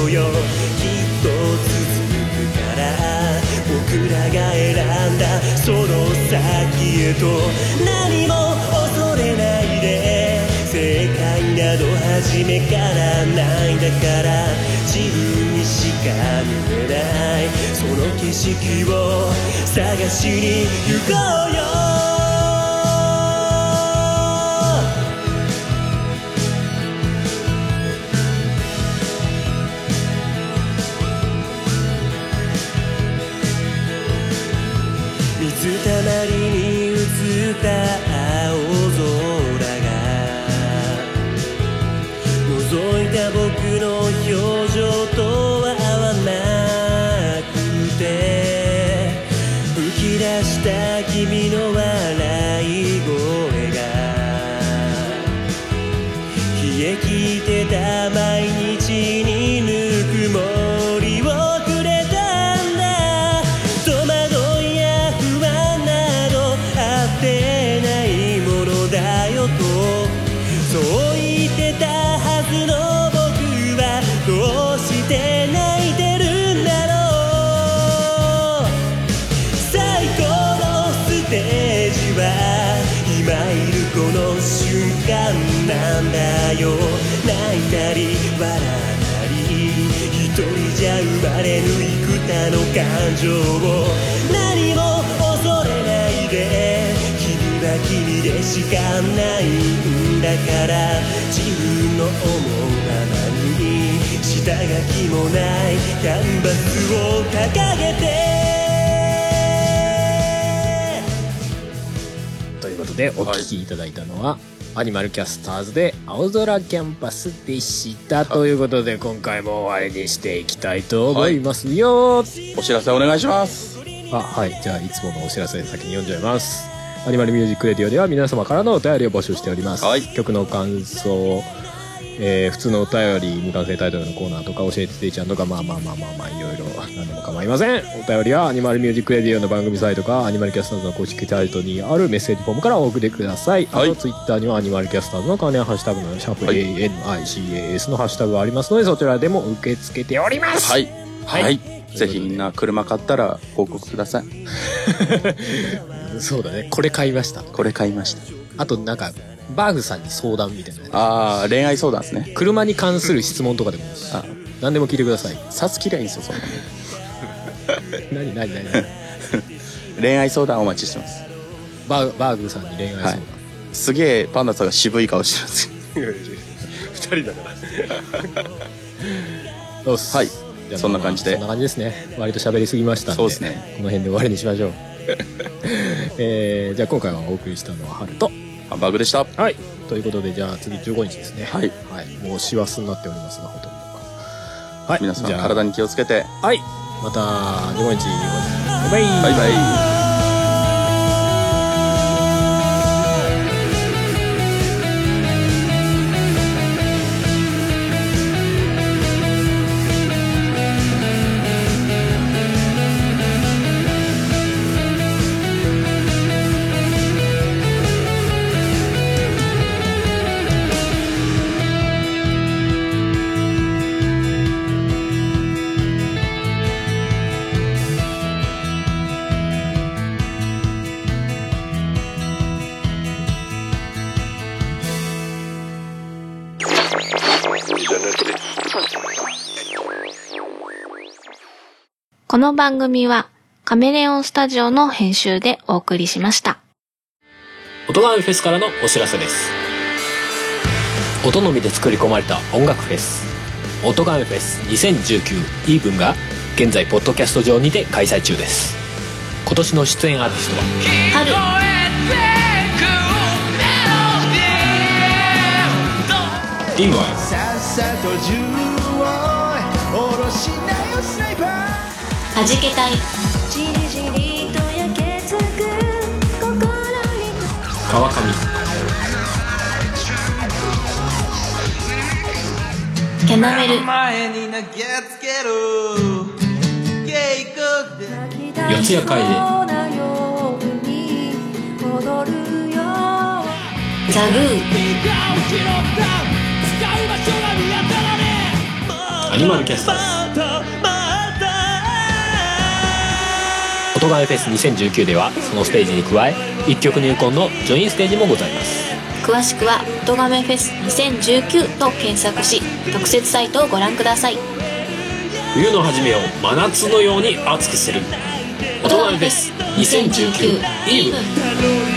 D: こうよきっと続くから僕らが選んだその先へと何も恐れないで正解など初めからないんだから自分にしか見えないその景色を探しに行こうよ水たまりに映った青空が覗いた僕の表情とは合わなくて吹き出した君の笑い声が冷え切ってた毎日にぬくもりをくれたんだ戸惑いや不安などあってないものだよとそう言ってたはずの僕はどうして泣いてるんだろう最高のステージは今いるこの瞬間なんだよ泣いたり笑ったり一人じゃ生まれぬ幾多の感情を何も恐れないで君は君でしかないんだから自分の思うままに下書きもないキャンバスを掲げて
A: ということで、お聞きいただいたのは、アニマルキャスターズで、青空キャンパスでした。ということで、今回も終わりにしていきたいと思いますよ、
C: お知らせお願いします。
A: あはいじゃあいつものお知らせ先に読んじゃいますアニマルミュージックレディオでは皆様からのお便りを募集しております、
C: はい
A: 曲の感想、えー普通のお便り未完成タイトルのコーナーとか教えてていちゃんとかまあまあまあまあまあいろいろ何でも構いませんお便りはアニマルミュージックレディオの番組サイトかアニマルキャスターズの公式サイトにあるメッセージフォームからお送りください、
C: はい
A: あとツイッターにはアニマルキャスターズの関連ハッシュタグのシャープ
C: はい
A: ANICAS のハッシュタグがありますのでそちらでも受け付けております
C: はい。はい。ぜひみんな車買ったら報告ください。
A: そうだねこれ買いました
C: これ買いました。
A: あとなんかバーグさんに相談みたいな
C: ああ、恋愛相談ですね。
A: 車に関する質問とかでもいいし
C: あ
A: 何でも聞いてください
C: サツ嫌いんですよ、そんなの
A: 何何何何
C: 恋愛相談お待ちしてます。
A: バーバーグさんに恋愛相談、
C: はいすげえパンダさんが渋い顔してるんですけ
B: 二人だから。
A: そうっす
C: はい
A: じゃあ
C: そんな感じで
A: そんな感じですね割と喋りすぎましたんで
C: そうっすね
A: この辺で終わりにしま しょう、えーじゃあ今回はお送りしたのは春と
C: ど。ハンバーグでした。
A: はいということでじゃあ次15日ですね
C: はい、
A: もう師走になっておりますがほとんどはい
C: 皆さん
A: じゃあ
C: 体に気をつけて。
A: はいまた15日お会いしましょうバイバイ
C: バイバイ。
D: 「
F: この番組はカメレオンスタジオの編集でお送りしました。
A: 音がフェスからのお知らせです音のみで作り込まれた音楽フェス音がフェス2019イーブンが現在ポッドキャスト上にて開催中です今年の出演アーティストは
F: 春、
A: ディーマ
F: はじけたい、
A: 川上
F: キャナメル、
A: 四谷会で
F: ザグー、
A: アニマルキャスターズ音がフェス2019ではそのステージに加え一曲入魂のジョインステージもございます
F: 詳しくは「音ガメフェス2019」と検索し特設サイトをご覧ください
A: 冬の初めを真夏のように熱くする音がフェス2019イーブン
F: ブ